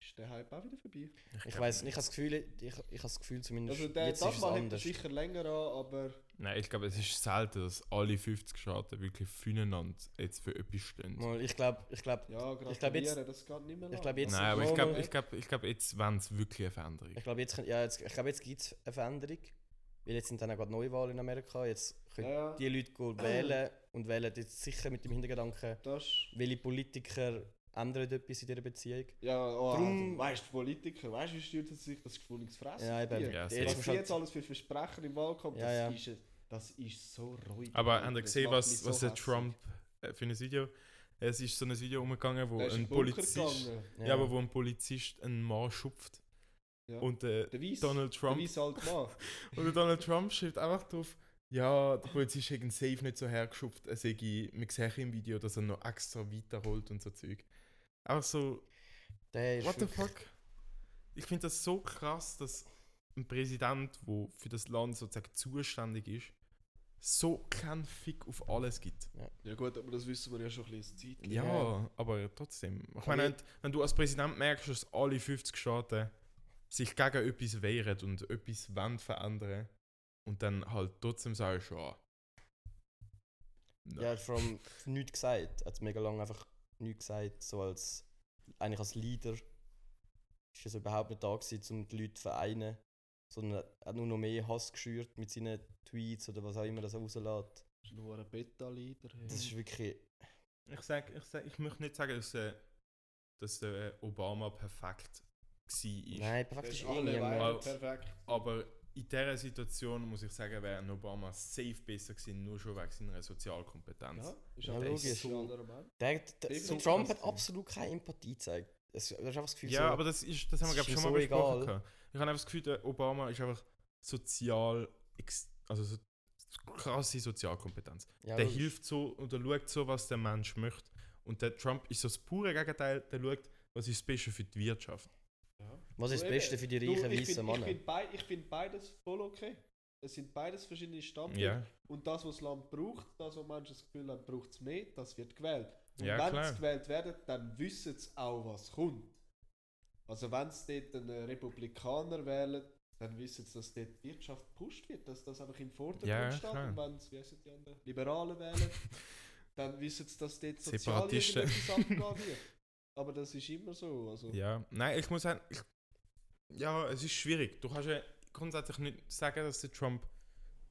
Speaker 3: ist der Hype auch wieder vorbei.
Speaker 2: Ich weiß nicht, ich habe das Gefühl, ich, ich habe das Gefühl zumindest,
Speaker 3: Also der,
Speaker 2: jetzt ist
Speaker 3: das
Speaker 2: es
Speaker 3: Mal hält er
Speaker 2: anders.
Speaker 3: sicher länger an, aber
Speaker 4: Nein, ich glaube, es ist selten, dass alle 50 Staaten wirklich füreinander jetzt für etwas stehen.
Speaker 2: Mal, Ich glaube, ich glaube,
Speaker 3: ja,
Speaker 2: Ich glaub, jetzt-
Speaker 3: gratuliere, das geht nicht mehr
Speaker 2: ich glaube jetzt...
Speaker 4: Nein, aber ich
Speaker 2: Ja,
Speaker 4: glaube,
Speaker 2: mal-
Speaker 4: ich glaube, ich glaube, jetzt wollen es wirklich eine Veränderung.
Speaker 2: Ich glaube, jetzt, könnt- ja, jetzt, ich glaub, jetzt gibt es eine Veränderung. Weil jetzt sind dann auch gerade Neuwahlen in Amerika. Jetzt können
Speaker 3: Ja, ja.
Speaker 2: die Leute gehen wählen und wählen jetzt sicher mit dem Hintergedanken,
Speaker 3: das ist-
Speaker 2: welche Politiker ändern etwas in dieser Beziehung.
Speaker 3: ja, oh,
Speaker 2: Drum-
Speaker 3: weißt du, Politiker, weißt du, wie stürzen sich das gefundenes Fressen?
Speaker 2: Ja, eben.
Speaker 3: Bier.
Speaker 4: Ja,
Speaker 2: jetzt
Speaker 4: safe.
Speaker 3: Was
Speaker 2: musst
Speaker 3: sie
Speaker 2: du
Speaker 3: jetzt
Speaker 2: halt,
Speaker 3: alles für Versprechen im Wahlkampf,
Speaker 2: Ja,
Speaker 3: das,
Speaker 2: ja.
Speaker 3: Ist, das ist so ruhig.
Speaker 4: Aber habt ihr
Speaker 3: Das
Speaker 4: gesehen,
Speaker 3: macht
Speaker 4: was,
Speaker 3: mich
Speaker 4: was der
Speaker 3: hässig.
Speaker 4: Trump äh, für ein Video? Es ist so ein Video umgegangen, wo
Speaker 3: Der ist in
Speaker 4: ein
Speaker 3: den Bunker
Speaker 4: Polizist,
Speaker 3: gegangen.
Speaker 4: ja. aber wo ein Polizist einen Mann schupft
Speaker 3: Ja.
Speaker 4: und äh,
Speaker 3: Der Weiss,
Speaker 4: Donald
Speaker 3: der
Speaker 4: Trump
Speaker 3: Weiss halt mal.
Speaker 4: und der Donald Trump schreibt einfach drauf, ja, der Polizist hat ihn safe nicht so hergeschupft, er sei, man sieht im Video, dass er noch extra weiterholt und so Zeug. Einfach so,
Speaker 2: Der ist
Speaker 4: What the
Speaker 2: wirklich-
Speaker 4: fuck? Ich finde das so krass, dass ein Präsident, der für das Land sozusagen zuständig ist, so keinen Fick auf alles gibt.
Speaker 3: Ja gut, aber das wissen wir ja schon ein bisschen aus der Zeit.
Speaker 4: Ja,
Speaker 2: Ja.
Speaker 4: aber trotzdem. Ich
Speaker 2: Aber
Speaker 4: meine,
Speaker 2: ich-
Speaker 4: wenn, wenn du als Präsident merkst, dass alle 50 Staaten sich gegen etwas wehren und etwas wollen verändern und dann halt trotzdem sagst, ja.
Speaker 2: Ja, vor allem nichts gesagt. Er hat mega lange einfach nichts gesagt, so als eigentlich als Leader ist es überhaupt nicht da gewesen, um die Leute zu vereinen, sondern er hat nur noch mehr Hass geschürt mit seinen Tweets oder was auch immer das er rauslässt.
Speaker 3: Das ist nur ein Beta-Leader. hey.
Speaker 4: Mhm.
Speaker 2: Das ist wirklich,
Speaker 4: Ich, sag, ich, sag, ich möchte nicht sagen, dass, äh, dass der Obama perfekt war.
Speaker 2: nein,
Speaker 3: Das
Speaker 2: perfekt ist eh
Speaker 3: ist alle
Speaker 2: irgendjemand.
Speaker 4: Weile.
Speaker 3: Weiden perfekt.
Speaker 4: Aber in dieser Situation muss ich sagen, wäre ein Obama safe besser gewesen, nur schon wegen seiner Sozialkompetenz.
Speaker 3: Ja, ist halt
Speaker 2: Ja,
Speaker 3: ja
Speaker 2: logisch.
Speaker 3: logisch. Mann.
Speaker 2: Der, der,
Speaker 3: Definitiv.
Speaker 2: so Trump hat absolut keine Empathie gezeigt. Es, das ist einfach das Gefühl,
Speaker 4: Ja,
Speaker 2: so,
Speaker 4: aber das, ist, das haben wir,
Speaker 2: Das
Speaker 4: glaube ich,
Speaker 2: ist
Speaker 4: schon
Speaker 2: ihm
Speaker 4: mal
Speaker 2: so
Speaker 4: besprochen.
Speaker 2: egal.
Speaker 4: gehabt. Ich habe einfach das Gefühl, der Obama ist einfach sozial, ex- also so krasse Sozialkompetenz.
Speaker 2: ja,
Speaker 4: der
Speaker 2: logisch.
Speaker 4: hilft so und der schaut so, was der Mensch möchte. Und der Trump ist so das pure Gegenteil, der schaut, was ist das Beste für die Wirtschaft.
Speaker 2: Was ist das
Speaker 3: Du,
Speaker 2: Beste für die
Speaker 3: Du, ich
Speaker 2: reichen, weißen
Speaker 3: find- ich
Speaker 2: Männer?
Speaker 3: find bei- Ich finde beides voll okay. Es sind beides verschiedene Standpunkte.
Speaker 4: Ja,
Speaker 3: Und das, was das Land braucht, das, was Menschen das Gefühl haben, braucht es mehr, das wird gewählt. Und
Speaker 4: Ja,
Speaker 3: wenn
Speaker 4: klar.
Speaker 3: es gewählt werden, dann wissen sie auch, was kommt. Also wenn sie dort einen Republikaner wählen, dann wissen sie, dass dort die Wirtschaft gepusht wird, dass das einfach im Vordergrund
Speaker 4: Ja,
Speaker 3: steht.
Speaker 4: klar.
Speaker 3: Und wenn sie, wie heissen die anderen, Liberalen wählen, dann wissen sie, dass dort sozial
Speaker 4: Separatisten.
Speaker 3: irgendetwas abgehen wird. Aber das ist immer so. Also,
Speaker 4: Ja, nein, ich muss sagen, ich, ja, es ist schwierig. Du kannst ja grundsätzlich nicht sagen, dass der Trump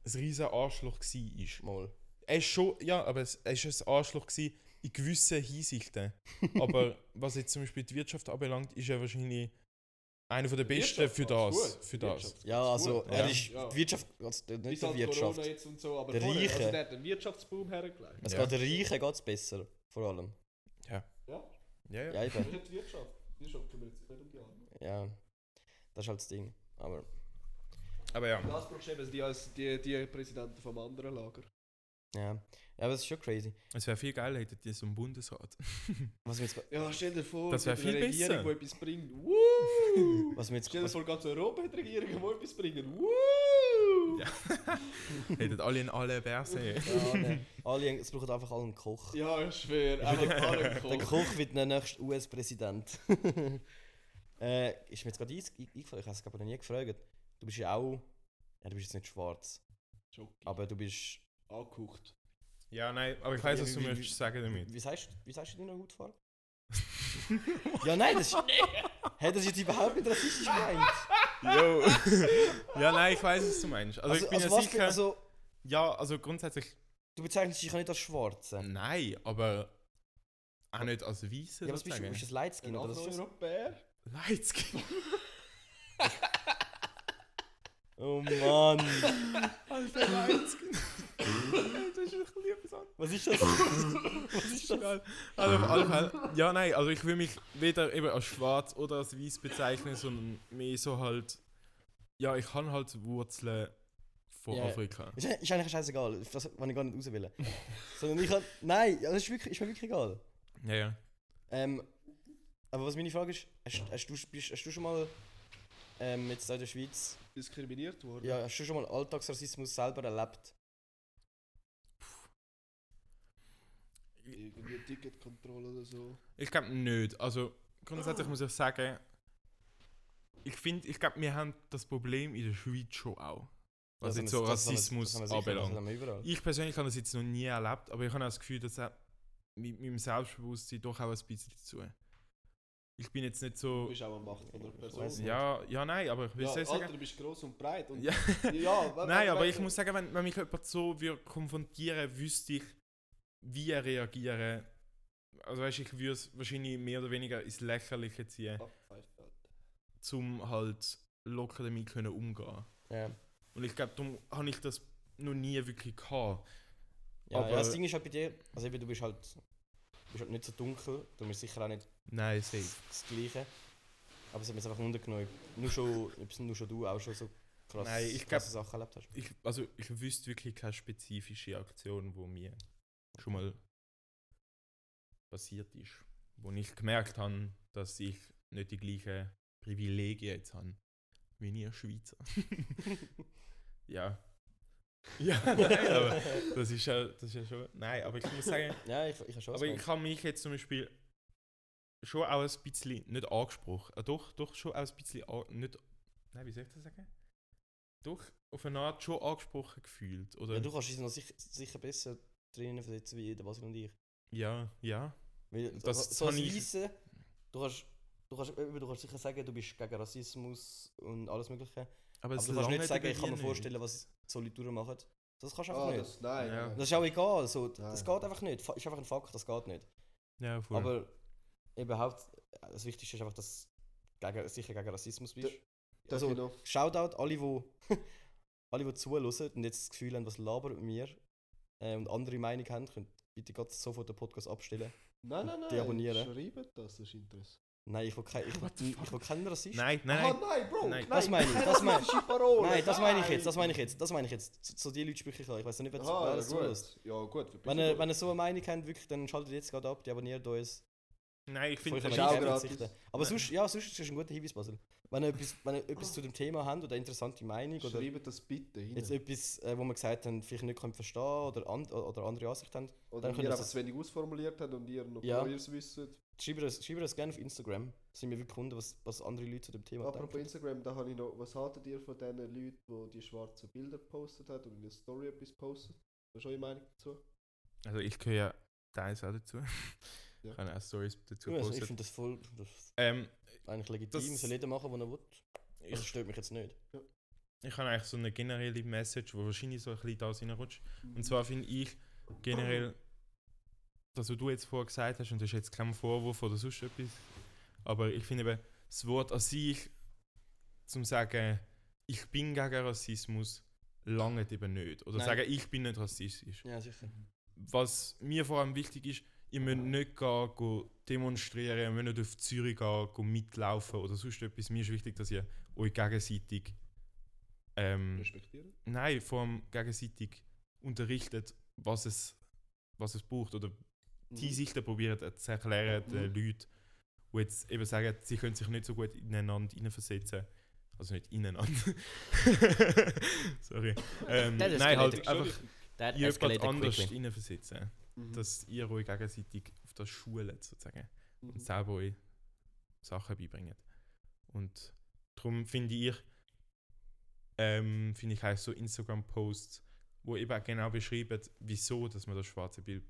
Speaker 4: ein riesen Arschloch war.
Speaker 2: Mal.
Speaker 4: Er ist schon, ja, aber es, er ist ein Arschloch gewesen in gewissen Hinsichten. aber was jetzt zum Beispiel die Wirtschaft anbelangt, ist er wahrscheinlich einer von der Besten
Speaker 3: Wirtschaft
Speaker 4: für
Speaker 3: macht's
Speaker 4: das.
Speaker 3: gut.
Speaker 4: Für
Speaker 3: Die
Speaker 4: das.
Speaker 3: Wirtschaft
Speaker 2: Ja,
Speaker 3: macht's
Speaker 2: also
Speaker 3: gut.
Speaker 2: er
Speaker 4: Ja.
Speaker 2: ist
Speaker 3: Ja.
Speaker 2: die Wirtschaft, also nicht
Speaker 3: Bis
Speaker 2: die
Speaker 3: halt
Speaker 2: Wirtschaft.
Speaker 3: Corona jetzt und so, aber
Speaker 2: Der
Speaker 3: vorher, also
Speaker 2: Reiche.
Speaker 3: der hat den Wirtschaftsboom hergelegt.
Speaker 2: Es
Speaker 4: Ja.
Speaker 2: geht den Reichen geht's besser, vor allem.
Speaker 3: Ja,
Speaker 4: Ja, ja.
Speaker 2: Ja,
Speaker 3: das
Speaker 2: eben.
Speaker 3: ist die Wirtschaft. Die Wirtschaft kümmert sich nicht um die anderen.
Speaker 2: ja. Das ist halt das Ding. Aber
Speaker 4: Aber ja.
Speaker 3: Das Problem ist die, als die, die Präsidenten vom anderen Lager.
Speaker 2: ja. ja, aber es ist schon crazy.
Speaker 4: Es wäre viel geiler, hättet ihr so einen Bundesrat.
Speaker 2: Was mir jetzt, ge-
Speaker 3: Ja, stell dir vor,
Speaker 4: Das wär
Speaker 3: mit einer
Speaker 4: viel
Speaker 3: Regierung,
Speaker 4: besser.
Speaker 3: die etwas bringt. Woo!
Speaker 2: was mir jetzt,
Speaker 3: stell dir
Speaker 2: was,
Speaker 3: vor, ganz Europa hat Regierungen, die etwas bringen. Woo!
Speaker 4: Ja. hättet alle in alle Bärse.
Speaker 2: ja, ne, alle, es braucht einfach alle einen Koch.
Speaker 3: Ja, ich schwöre, einfach alle
Speaker 2: Der
Speaker 3: Koch.
Speaker 2: Koch wird der nächste US-Präsident. äh, ist mir jetzt gerade eins- ein- eingefallen, ich habe es gerade noch nie gefragt. Du bist ja auch. Ja, du bist jetzt nicht schwarz,
Speaker 3: Schoki.
Speaker 2: aber du bist.
Speaker 3: Angehaucht.
Speaker 4: Ja, nein, aber ich weiß, was du
Speaker 2: Wie- wie-
Speaker 4: möchtest sagen damit.
Speaker 2: Wie sagst, wie sagst du deine Hautfarbe? ja, nein, das ist. Hey, das ist jetzt überhaupt nicht rassistisch gemeint.
Speaker 4: Jo. ja, nein, ich weiß, was du meinst. Also, ich bin ja
Speaker 2: was,
Speaker 4: sicher.
Speaker 2: also,
Speaker 4: ja, also grundsätzlich
Speaker 2: du bezeichnest dich ja nicht als Schwarze.
Speaker 4: nein, aber auch nicht als Weiße.
Speaker 2: Ja, was bist du? Bist du ein Lightskin
Speaker 4: Genau,
Speaker 3: Ein
Speaker 2: oder so?
Speaker 3: Afro-Europäer?
Speaker 4: Lightskin.
Speaker 2: Oh Mann!
Speaker 4: Alter, Lightskin. das ist wirklich liebes an.
Speaker 2: Was ist das? Was ist das?
Speaker 4: Egal. Also auf alle Fälle. Ja, nein, also ich will mich weder eben als schwarz oder als weiß bezeichnen, sondern mehr so halt. Ja, ich habe halt Wurzeln von
Speaker 2: Ja.
Speaker 4: Afrika.
Speaker 2: Ist, ist eigentlich scheißegal, das kann ich gar nicht auswählen. Sondern ich kann. Nein, ja, das ist, wirklich, ist mir wirklich egal.
Speaker 4: Ja, ja.
Speaker 2: Ähm, aber was meine Frage ist, hast, hast, du, bist, hast du schon mal ähm, jetzt in der Schweiz,
Speaker 3: Diskriminiert
Speaker 4: Mhm.
Speaker 3: worden?
Speaker 2: ja, hast du schon mal Alltagsrassismus selber erlebt?
Speaker 3: Irgendwie Ticketkontrolle oder so.
Speaker 4: Ich glaube nicht. Also grundsätzlich muss ich sagen, ich finde, ich glaube, wir haben das Problem in der Schweiz schon auch. Was
Speaker 2: Das
Speaker 4: Also jetzt
Speaker 2: haben
Speaker 4: so
Speaker 2: wir- das haben wir-
Speaker 4: Rassismus
Speaker 2: das haben wir sicher, Das
Speaker 4: anbelangt.
Speaker 2: haben wir überall.
Speaker 4: Ich persönlich habe das jetzt noch nie erlebt, aber ich habe auch das Gefühl, dass er mit meinem Selbstbewusstsein doch auch ein bisschen zu. Ich bin jetzt nicht
Speaker 3: Du
Speaker 4: so.
Speaker 3: bist auch eine Macht von einer
Speaker 2: weiss
Speaker 3: Person.
Speaker 2: nicht.
Speaker 4: Ja, ja, nein, aber ich will
Speaker 3: Ja,
Speaker 4: es
Speaker 3: Alter,
Speaker 4: sagen.
Speaker 3: du bist gross und breit. Und
Speaker 4: Ja.
Speaker 3: ja, Ah, wenn-
Speaker 4: Nein,
Speaker 3: wenn-
Speaker 4: aber
Speaker 3: wenn-
Speaker 4: ich muss sagen, wenn, wenn mich jemand so würde konfrontieren wüsste ich, wie er reagieren. Also weißt, ich würde es wahrscheinlich mehr oder weniger ins Lächerliche ziehen.
Speaker 3: Abpfeift, Alter.
Speaker 4: zum halt locker damit können umgehen.
Speaker 2: Ja.
Speaker 4: Und ich glaube, darum habe ich das noch nie wirklich gehabt.
Speaker 2: Ja,
Speaker 4: Aber-
Speaker 2: ja, das Ding ist halt bei dir, also eben, du bist halt, du bist halt nicht so dunkel, du bist sicher auch nicht
Speaker 4: Nein, safe.
Speaker 2: das, das Gleiche. Aber es hat mich jetzt einfach wundergenommen, ob nur schon, ob nur schon du auch schon so krass,
Speaker 4: Nein, ich
Speaker 2: krasse Sachen erlebt hast.
Speaker 4: Ich, also ich wüsste wirklich keine spezifische Aktion, wo mir schon mal passiert ist. Wo ich gemerkt habe, dass ich nicht die gleichen Privilegien jetzt habe wie ihr Schweizer. ja. Ja, nein, aber das ist ja, das ist ja schon. Nein, aber ich muss sagen,
Speaker 2: Ja, ich, ich habe schon was
Speaker 4: Aber
Speaker 2: gemeint.
Speaker 4: ich habe mich jetzt zum Beispiel schon auch ein bisschen nicht angesprochen. Äh, doch, doch schon auch ein bisschen an, nicht. Nein, wie soll ich das sagen? Doch auf eine Art schon angesprochen gefühlt. Oder?
Speaker 2: ja, du kannst dich noch sicher, sicher besser drinnen versetzen wie der Basil und ich.
Speaker 4: ja, ja.
Speaker 2: Weil so,
Speaker 4: Das- das
Speaker 2: so als
Speaker 4: habe ich-
Speaker 2: Weisse, du kannst, du, kannst, eben, du kannst sicher sagen, du bist gegen Rassismus und alles Mögliche. Aber du kannst
Speaker 4: langt
Speaker 2: nicht sagen, ich
Speaker 4: irgendwie
Speaker 2: kann mir
Speaker 4: Also nicht.
Speaker 2: vorstellen, was so Leute durchmachen. Das kannst du einfach
Speaker 3: Ah,
Speaker 2: nicht. Das,
Speaker 3: das, Ah, nein.
Speaker 4: Ja.
Speaker 3: nein.
Speaker 2: ist auch egal. So, das
Speaker 3: Nein.
Speaker 2: geht einfach nicht. Fa- Ist einfach ein Fakt, das geht nicht.
Speaker 4: Ja, voll.
Speaker 2: Aber überhaupt, das Wichtigste ist einfach, dass du gegen, sicher gegen Rassismus bist.
Speaker 3: Darf
Speaker 2: also,
Speaker 3: ich noch-
Speaker 2: Shoutout alle, wo alle, die zuhören und jetzt das Gefühl haben, was labern wir äh, und andere Meinung haben, könnt bitte gerade sofort den Podcast abstellen.
Speaker 3: Nein, nein, nein.
Speaker 2: deabonnieren.
Speaker 3: Schreibt das, das ist interessant.
Speaker 2: Nein, ich will, kein, ich will, ich will keinen Rassist.
Speaker 4: nein,
Speaker 3: Ah,
Speaker 4: nein, nein.
Speaker 3: nein, Bro!
Speaker 4: Nein.
Speaker 2: Das meine ich, das meine ich.
Speaker 3: ich. Parole.
Speaker 2: Nein, das meine ich jetzt, das meine ich jetzt, das meine ich jetzt. So, so die Leute spreche ich an. Ich weiß nicht, wer das, wer
Speaker 3: Ah, ja,
Speaker 2: das zulässt.
Speaker 3: gut. Ja, gut. verpiss
Speaker 2: Wenn
Speaker 3: dich.
Speaker 2: ihr, wenn ihr so eine Meinung habt, wirklich, dann schaltet jetzt gerade ab, die abonniert uns.
Speaker 4: Nein, ich finde
Speaker 2: Bevor
Speaker 4: das
Speaker 2: ich auf
Speaker 3: auch
Speaker 2: die
Speaker 4: ist-
Speaker 3: gratis.
Speaker 2: verzichte. Aber sonst, ja, sonst ist es ein guter Hinweis, Basel. Wenn ihr etwas, wenn ihr etwas zu dem Thema habt oder eine interessante Meinung oder
Speaker 3: Schreibt das bitte hin.
Speaker 2: jetzt etwas, äh, wo wir gesagt haben, vielleicht nicht könnt verstehen oder, an, oder andere Ansicht haben,
Speaker 3: Oder
Speaker 2: dann
Speaker 3: ihr
Speaker 2: könnt ihr
Speaker 3: einfach
Speaker 2: das-
Speaker 3: zu wenig ausformuliert habt und ihr noch
Speaker 2: Ja.
Speaker 3: Neues wisst.
Speaker 2: schreibt uns, schreibt uns gerne auf Instagram. Sind wir wirklich Kunden, was, was andere Leute zu dem Thema
Speaker 3: Apropos
Speaker 2: denken.
Speaker 3: Instagram, da habe ich noch, was haltet ihr von den Leuten, die die schwarzen Bilder gepostet haben und in der Story etwas postet? Was ist eure Meinung dazu?
Speaker 4: Also ich gehöre ja teils auch dazu.
Speaker 3: Ja.
Speaker 4: Ich habe auch Stories dazu
Speaker 2: Ja, also ich
Speaker 4: gepostet.
Speaker 2: finde das voll das ist
Speaker 4: ähm,
Speaker 2: eigentlich legitim,
Speaker 4: Das-
Speaker 2: soll jeder machen, was er will. Das
Speaker 4: ich,
Speaker 2: stört mich jetzt nicht.
Speaker 4: ich habe eigentlich so eine generelle Message, wo wahrscheinlich so ein bisschen da reinrutscht. Und zwar finde ich generell, das, was du jetzt vorher gesagt hast, und das ist jetzt kein Vorwurf oder sonst etwas, aber ich finde eben, das Wort an sich, zum sagen, ich bin gegen Rassismus, lange eben nicht. Oder
Speaker 2: Nein.
Speaker 4: sagen, ich bin nicht rassistisch.
Speaker 2: Ja, sicher.
Speaker 4: was mir vor allem wichtig ist, ihr müsst nicht gehen, go demonstrieren, ihr müsst nicht auf Zürich gehen, go mitlaufen oder sonst etwas. Mir ist wichtig, dass ihr euch gegenseitig, ähm,
Speaker 3: Respektieren.
Speaker 4: nein, vor allem gegenseitig unterrichtet, was es, was es braucht oder
Speaker 5: Mhm.
Speaker 4: die Sichten probiert äh, zu erklären den Leuten, die jetzt eben sagen, sie können sich nicht so gut ineinander hineinversetzen. Also nicht ineinander. Sorry. Ähm,
Speaker 5: Das
Speaker 4: nein, halt
Speaker 5: escalated.
Speaker 4: einfach
Speaker 5: That
Speaker 4: ihr jemand
Speaker 5: escalated
Speaker 4: anders
Speaker 5: quickly.
Speaker 4: hineinversetzen
Speaker 3: Mhm.
Speaker 4: dass ihr euch gegenseitig auf das schulet sozusagen und
Speaker 3: Mhm.
Speaker 4: selber euch Sachen beibringt. Und darum finde ich, ähm, finde ich auch so Instagram-Posts, wo eben auch genau beschreiben, wieso dass man das schwarze Bild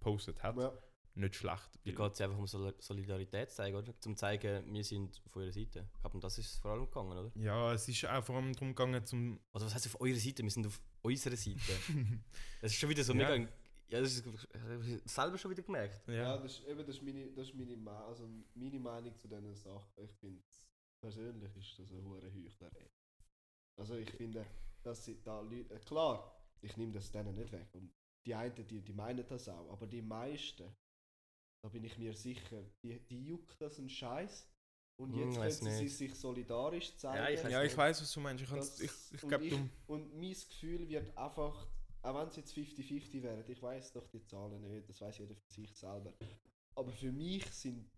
Speaker 4: postet hat.
Speaker 3: Ja.
Speaker 4: Nicht schlecht.
Speaker 2: Da geht es einfach um Sol- Solidarität zeigen, oder? Zum zeigen, wir sind auf eurer Seite. Ich glaube, das ist es vor allem gegangen, oder?
Speaker 4: ja, es ist auch vor allem darum gegangen, zum
Speaker 2: Also was heißt auf eurer Seite? Wir sind auf unserer Seite. das ist schon wieder so
Speaker 4: Ja.
Speaker 2: mega. Ja, das ist ich hab's selber schon wieder gemerkt.
Speaker 4: ja,
Speaker 3: Ja, das ist, eben, das ist, meine, das ist meine, Me- also meine Meinung zu diesen Sachen. Ich finde, persönlich ist das eine hohe Heuchlerei. Also ich finde, dass sie da Leute, äh, klar, ich nehme das denen nicht weg. Und die einen, die, die meinen das auch, aber die meisten, da bin ich mir sicher, die, die juckt das einen Scheiß. Und
Speaker 2: Hm,
Speaker 3: jetzt können
Speaker 2: weiss
Speaker 3: sie
Speaker 2: nicht.
Speaker 3: sich- sich solidarisch zeigen.
Speaker 2: ich
Speaker 4: ja, ich weiß, was du meinst. Ich,
Speaker 3: Das-
Speaker 4: kann's- ich, ich
Speaker 3: und
Speaker 4: glaube,
Speaker 3: ich-
Speaker 4: du.
Speaker 3: Und mein Gefühl wird einfach, auch wenn es jetzt 50-50 wären, ich weiß doch die Zahlen nicht, das weiß jeder für sich selber. Aber für mich sind,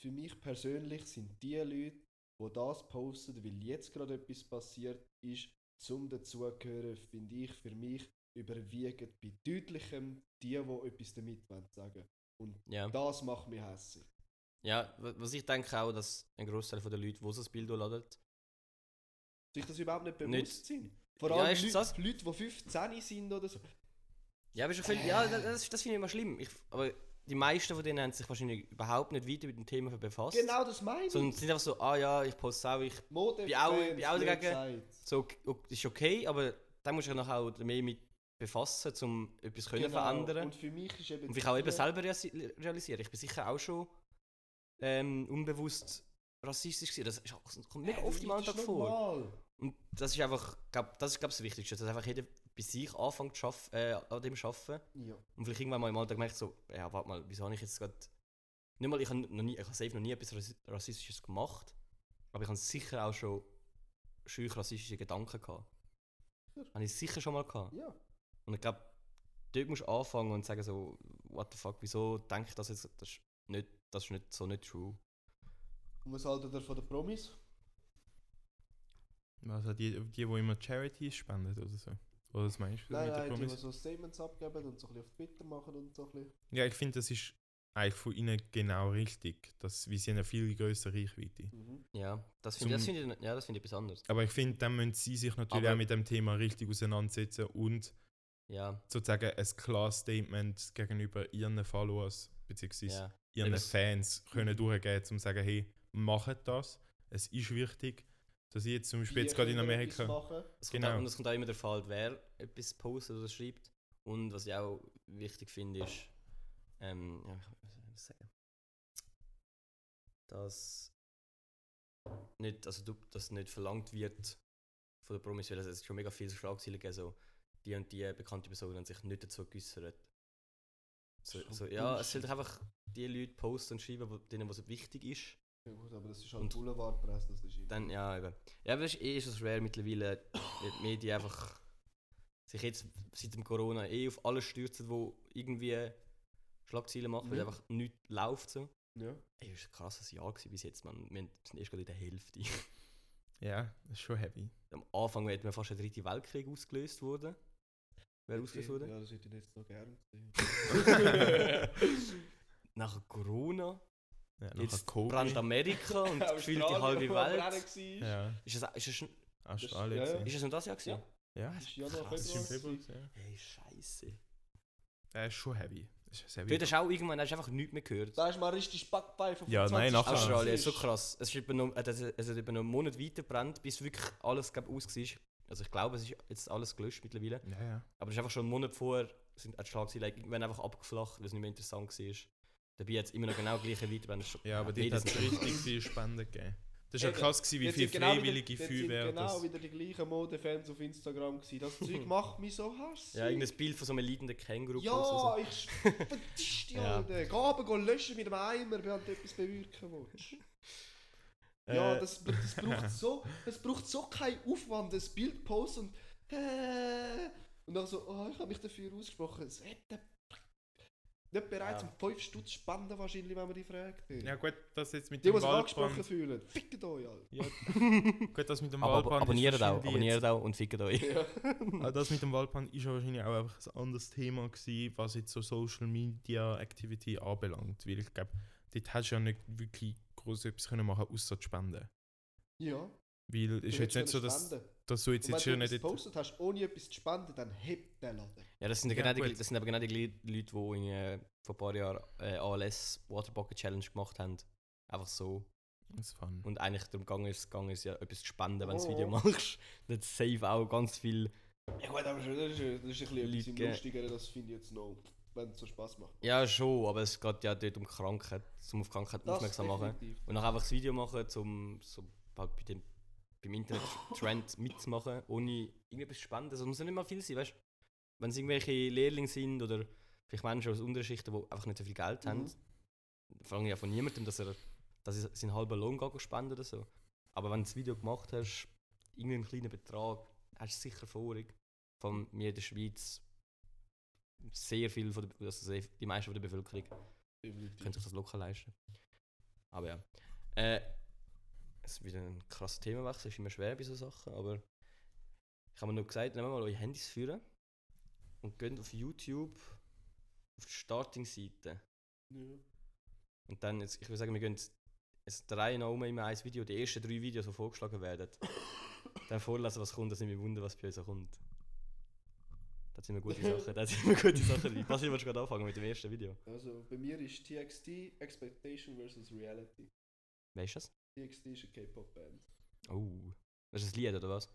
Speaker 3: für mich persönlich sind die Leute, die das posten, weil jetzt gerade etwas passiert ist, zum dazugehören, finde ich, für mich überwiegen bei deutlichem die, die etwas damit wollen sagen Und
Speaker 2: Ja.
Speaker 3: das macht mich hässlich.
Speaker 2: Ja, wa- was ich denke auch, dass ein Großteil der Leute, die das Bild laden,
Speaker 3: Sich das überhaupt nicht bewusst
Speaker 2: Nicht-
Speaker 3: sind. Vor
Speaker 2: Ja,
Speaker 3: allem
Speaker 2: ist
Speaker 3: Leute,
Speaker 2: das-
Speaker 3: Leute, die 15 sind oder so.
Speaker 2: Ja, aber schon viel, ja das, das- das finde ich immer schlimm. Ich, aber die meisten von denen haben sich wahrscheinlich überhaupt nicht weiter mit dem Thema befasst.
Speaker 3: Genau das meine ich.
Speaker 2: Sondern sind einfach so, ah ja, ich poste auch, ich
Speaker 3: Mode
Speaker 2: Bin auch-
Speaker 3: Fans,
Speaker 2: bin auch
Speaker 3: wie
Speaker 2: dagegen.
Speaker 3: gesagt.
Speaker 2: so, ok- ok- ist okay, aber dann musst du dich nachher auch mehr mit befassen, um etwas können
Speaker 3: Genau.
Speaker 2: verändern
Speaker 3: Und für mich ist eben.
Speaker 2: Und ich auch eben
Speaker 3: die-
Speaker 2: selber reasi- realisiere. Ich bin sicher auch schon ähm, unbewusst rassistisch gewesen. Das, ist, auch- das kommt mega
Speaker 3: Hey,
Speaker 2: oft im
Speaker 3: das ist
Speaker 2: Alltag vor.
Speaker 3: normal.
Speaker 2: Und das ist einfach, glaub, das ist glaube ich das Wichtigste, dass einfach jeder bei sich anfängt zu schaff, äh, an dem zu arbeiten.
Speaker 3: Ja.
Speaker 2: Und vielleicht irgendwann mal im Alltag merkt so, ja warte mal, wieso habe ich jetzt gerade... Nicht mal, ich habe noch nie, ich habe safe noch nie etwas Rassi- Rassistisches gemacht, aber ich habe sicher auch schon schüch rassistische Gedanken gehabt.
Speaker 3: Ja.
Speaker 2: Habe ich sicher schon mal gehabt.
Speaker 3: ja.
Speaker 2: Und ich glaube, dort musst du anfangen und sagen so, what the fuck, wieso denke ich das jetzt, das ist nicht, das ist nicht so nicht true.
Speaker 3: Und was haltet ihr von den Promis?
Speaker 4: Also die, die, die immer Charities spenden oder so. Oder das meinst du
Speaker 3: Nein,
Speaker 4: mit den
Speaker 3: nein, die,
Speaker 4: Promis?
Speaker 3: die so Statements abgeben und so ein bisschen auf Twitter machen und so ein bisschen.
Speaker 4: Ja, ich finde, das ist eigentlich von ihnen genau richtig. Das, wir sind eine viel größere Reichweite.
Speaker 3: Mhm.
Speaker 2: Ja, das
Speaker 4: Zum-
Speaker 2: finde find ich, ja, das finde ich etwas anderes.
Speaker 4: Aber ich finde, dann müssen sie sich natürlich
Speaker 2: Aber-
Speaker 4: auch mit dem Thema richtig auseinandersetzen und
Speaker 2: Ja,
Speaker 4: sozusagen ein klares Statement gegenüber ihren Followers bzw.
Speaker 2: ja.
Speaker 4: ihren
Speaker 2: Eben-
Speaker 4: Fans können durchgehen, um zu sagen, hey, macht das, es ist wichtig. Dass ich jetzt zum Beispiel jetzt
Speaker 3: Wie
Speaker 4: gerade in
Speaker 3: können wir etwas
Speaker 4: Amerika...
Speaker 3: machen?
Speaker 2: Es kommt
Speaker 4: Genau.
Speaker 2: auch, und es kommt auch immer der Fall, wer etwas postet oder schreibt. Und was ich auch wichtig finde, ist, ähm, ja, ich- was soll ich sagen? Dass nicht, also du, dass nicht verlangt wird von der Promis, weil es hat schon mega viele Schlagzeilen gegeben, so die und die bekannte Personen haben sich nicht dazu geäußert. So,
Speaker 3: Das ist
Speaker 2: so,
Speaker 3: doch
Speaker 2: ja, es
Speaker 3: Bullshit.
Speaker 2: soll doch einfach die Leute posten und schreiben, wo- denen was wichtig ist.
Speaker 3: Ja gut, aber das ist halt
Speaker 2: Und-
Speaker 3: Boulevardpresse, das ist
Speaker 2: Dann, ja, eben. Ja, aber es ist eh schon schwer mittlerweile, weil die Medien einfach sich jetzt seit dem Corona eh auf alles stürzen, wo irgendwie Schlagzeilen machen, weil
Speaker 3: Mhm.
Speaker 2: einfach nichts läuft so.
Speaker 3: Ja.
Speaker 2: Ey, das war ein krasses Jahr gewesen bis jetzt, man. Wir sind erst gerade in der Hälfte.
Speaker 4: Ja, das ist schon heavy.
Speaker 2: Am Anfang hätte man fast der dritte Weltkrieg ausgelöst worden. Wer ausgelöst wurde?
Speaker 3: Ja, das hätte ich jetzt noch gern gesehen.
Speaker 2: Nachher Corona,
Speaker 4: Ja, nachher
Speaker 2: jetzt
Speaker 4: Kobe.
Speaker 2: brennt Amerika und gefühlt die halbe Welt.
Speaker 3: Ja.
Speaker 4: Ja,
Speaker 2: Ist das, ist, das,
Speaker 4: Australien.
Speaker 3: ja, ja.
Speaker 4: gewesen.
Speaker 2: ist das nur das Jahr gewesen?
Speaker 3: Ja.
Speaker 4: Ja,
Speaker 3: Das ist Januar,
Speaker 2: Krass.
Speaker 4: das ist im
Speaker 3: Februar. gewesen.
Speaker 4: Februar. gewesen, Ja.
Speaker 2: Ey, scheiße.
Speaker 4: Der ist schon heavy. Das ist sehr
Speaker 2: Du
Speaker 4: wichtig.
Speaker 2: hast auch irgendwann hast du einfach nichts mehr gehört.
Speaker 3: Da ist mal richtig Backpfeife vom
Speaker 4: Ja,
Speaker 3: 20.
Speaker 4: nein, nachher.
Speaker 2: Australien ist so
Speaker 3: Siehst.
Speaker 2: krass. Es, ist etwa noch, es, es hat etwa noch einen Monat weitergebrannt, bis wirklich alles glaub, aus war. Also ich glaube, es ist jetzt alles gelöscht mittlerweile.
Speaker 4: Ja, ja.
Speaker 2: Aber es ist einfach schon einen Monat vorher, sind hat Schlag like, irgendwann einfach abgeflacht, weil es nicht mehr interessant war. Dabei hat es immer noch genau gleiche Weiterbrennen.
Speaker 4: Ja, aber dort
Speaker 2: das
Speaker 4: hat es richtig viele Spenden gegeben. Das war ja
Speaker 3: Eben.
Speaker 4: krass, gewesen, wie
Speaker 3: Jetzt
Speaker 4: viele
Speaker 3: sind genau wieder-
Speaker 4: freiwillige
Speaker 3: jetzt
Speaker 4: Feuerwehr
Speaker 3: sind
Speaker 4: das.
Speaker 3: genau wieder die gleichen Modefans auf Instagram gewesen. Das Zeug macht mich so hässlich.
Speaker 2: Ja, irgendein Bild von so einem leidenden Känguru.
Speaker 3: Ja,
Speaker 2: kommt
Speaker 4: also.
Speaker 3: ich verdisch die
Speaker 2: Ja.
Speaker 3: Alten. Geh runter, geh löschen mit dem Eimer, wenn du halt etwas bewirken willst. Ja,
Speaker 4: Äh.
Speaker 3: das, das, braucht so, das braucht so keinen Aufwand, das Bild posten und. Äh, und dann so, oh, ich habe mich dafür ausgesprochen. Es hätte nicht bereit,
Speaker 2: Ja.
Speaker 3: um 5 Stutz spenden, wahrscheinlich, wenn man die fragt.
Speaker 4: Ja gut, das jetzt mit
Speaker 3: die,
Speaker 4: dem
Speaker 3: die sich angesprochen
Speaker 4: Waldbrand.
Speaker 3: fühlen, fickt euch, Alter.
Speaker 4: Ja, gut, das mit dem
Speaker 2: raus. Aber ab
Speaker 4: Waldbrand. ist
Speaker 2: abonniert auch,
Speaker 4: wahrscheinlich
Speaker 2: abonniert auch und fickt euch.
Speaker 4: jetzt- Ah, Das mit dem Waldbrand ist ja wahrscheinlich auch einfach ein anderes Thema gewesen, was jetzt so Social Media Activity anbelangt, weil ich glaube, dort hast du ja nicht wirklich groß etwas können machen, außer zu spenden.
Speaker 3: Ja.
Speaker 4: Weil es ist
Speaker 3: du
Speaker 4: jetzt nicht
Speaker 3: willst
Speaker 4: so,
Speaker 3: können
Speaker 4: dass,
Speaker 3: spenden.
Speaker 4: dass du jetzt
Speaker 3: Und
Speaker 4: jetzt
Speaker 3: wenn
Speaker 4: schon
Speaker 3: du etwas
Speaker 4: nicht...
Speaker 3: gepostet hast, ohne etwas zu spenden, dann hebt den Laden.
Speaker 2: Ja, das sind,
Speaker 4: Ja,
Speaker 2: genau die,
Speaker 4: gut.
Speaker 2: das sind aber genau die gleichen Leute, die in, äh, vor ein paar Jahren äh, ALS Water Bucket Challenge gemacht haben. Einfach so.
Speaker 4: Das ist fun.
Speaker 2: Und eigentlich darum gegangen ist, gegangen ist ja etwas zu spenden, wenn du das
Speaker 3: Oh.
Speaker 2: Video machst. Dann hat es safe auch ganz viel.
Speaker 3: Ja gut, aber das ist, das ist ein bisschen
Speaker 2: Leute,
Speaker 3: etwas im
Speaker 2: gell.
Speaker 3: Lustigeren, das finde ich jetzt noch, wenn es so Spass macht.
Speaker 2: Ja, schon, aber es geht ja dort um Krankheit, um auf Krankheit
Speaker 3: Das
Speaker 2: aufmerksam machen.
Speaker 3: definitiv.
Speaker 2: Und dann einfach das Video machen, um so halt bei dem, beim Internet-Trend mitzumachen, ohne irgendetwas Spannendes. Also, Es muss ja nicht mal viel sein, weißt du? Wenn es irgendwelche Lehrlinge sind oder vielleicht Menschen aus Unterschichten, die einfach nicht so viel Geld haben,
Speaker 3: Mhm.
Speaker 2: verlange ich ja von niemandem, dass er dass er seinen halben Lohn geht spenden oder so. Aber wenn du das Video gemacht hast, irgendeinen kleinen Betrag, hast du sicher vorig. Von mir in der Schweiz sehr viel von der, also sehr, die meisten von der Bevölkerung können
Speaker 3: Definitiv.
Speaker 2: sich das locker leisten. Aber ja. Äh, es ist wieder ein krasser Themenwechsel, ist immer schwer bei solchen Sachen, aber ich habe mir nur gesagt, nehmt mal eure Handys führen und geht auf YouTube auf die Starting-Seite.
Speaker 3: Ja.
Speaker 2: Und dann, jetzt, ich würde sagen, wir gehen es drei nach oben immer ein Video, die ersten drei Videos, die vorgeschlagen werden. dann vorlesen, was kommt, dann sind wir wundern, was bei uns auch kommt. Das sind immer gute Sachen. Das sind immer gute Sachen. Was willst du gerade anfangen mit dem ersten Video?
Speaker 3: Also bei mir ist TXT Expectation vs Reality.
Speaker 2: Wer ist das?
Speaker 3: TXT ist eine K-Pop-Band.
Speaker 2: Oh. Das ist das Lied, oder was?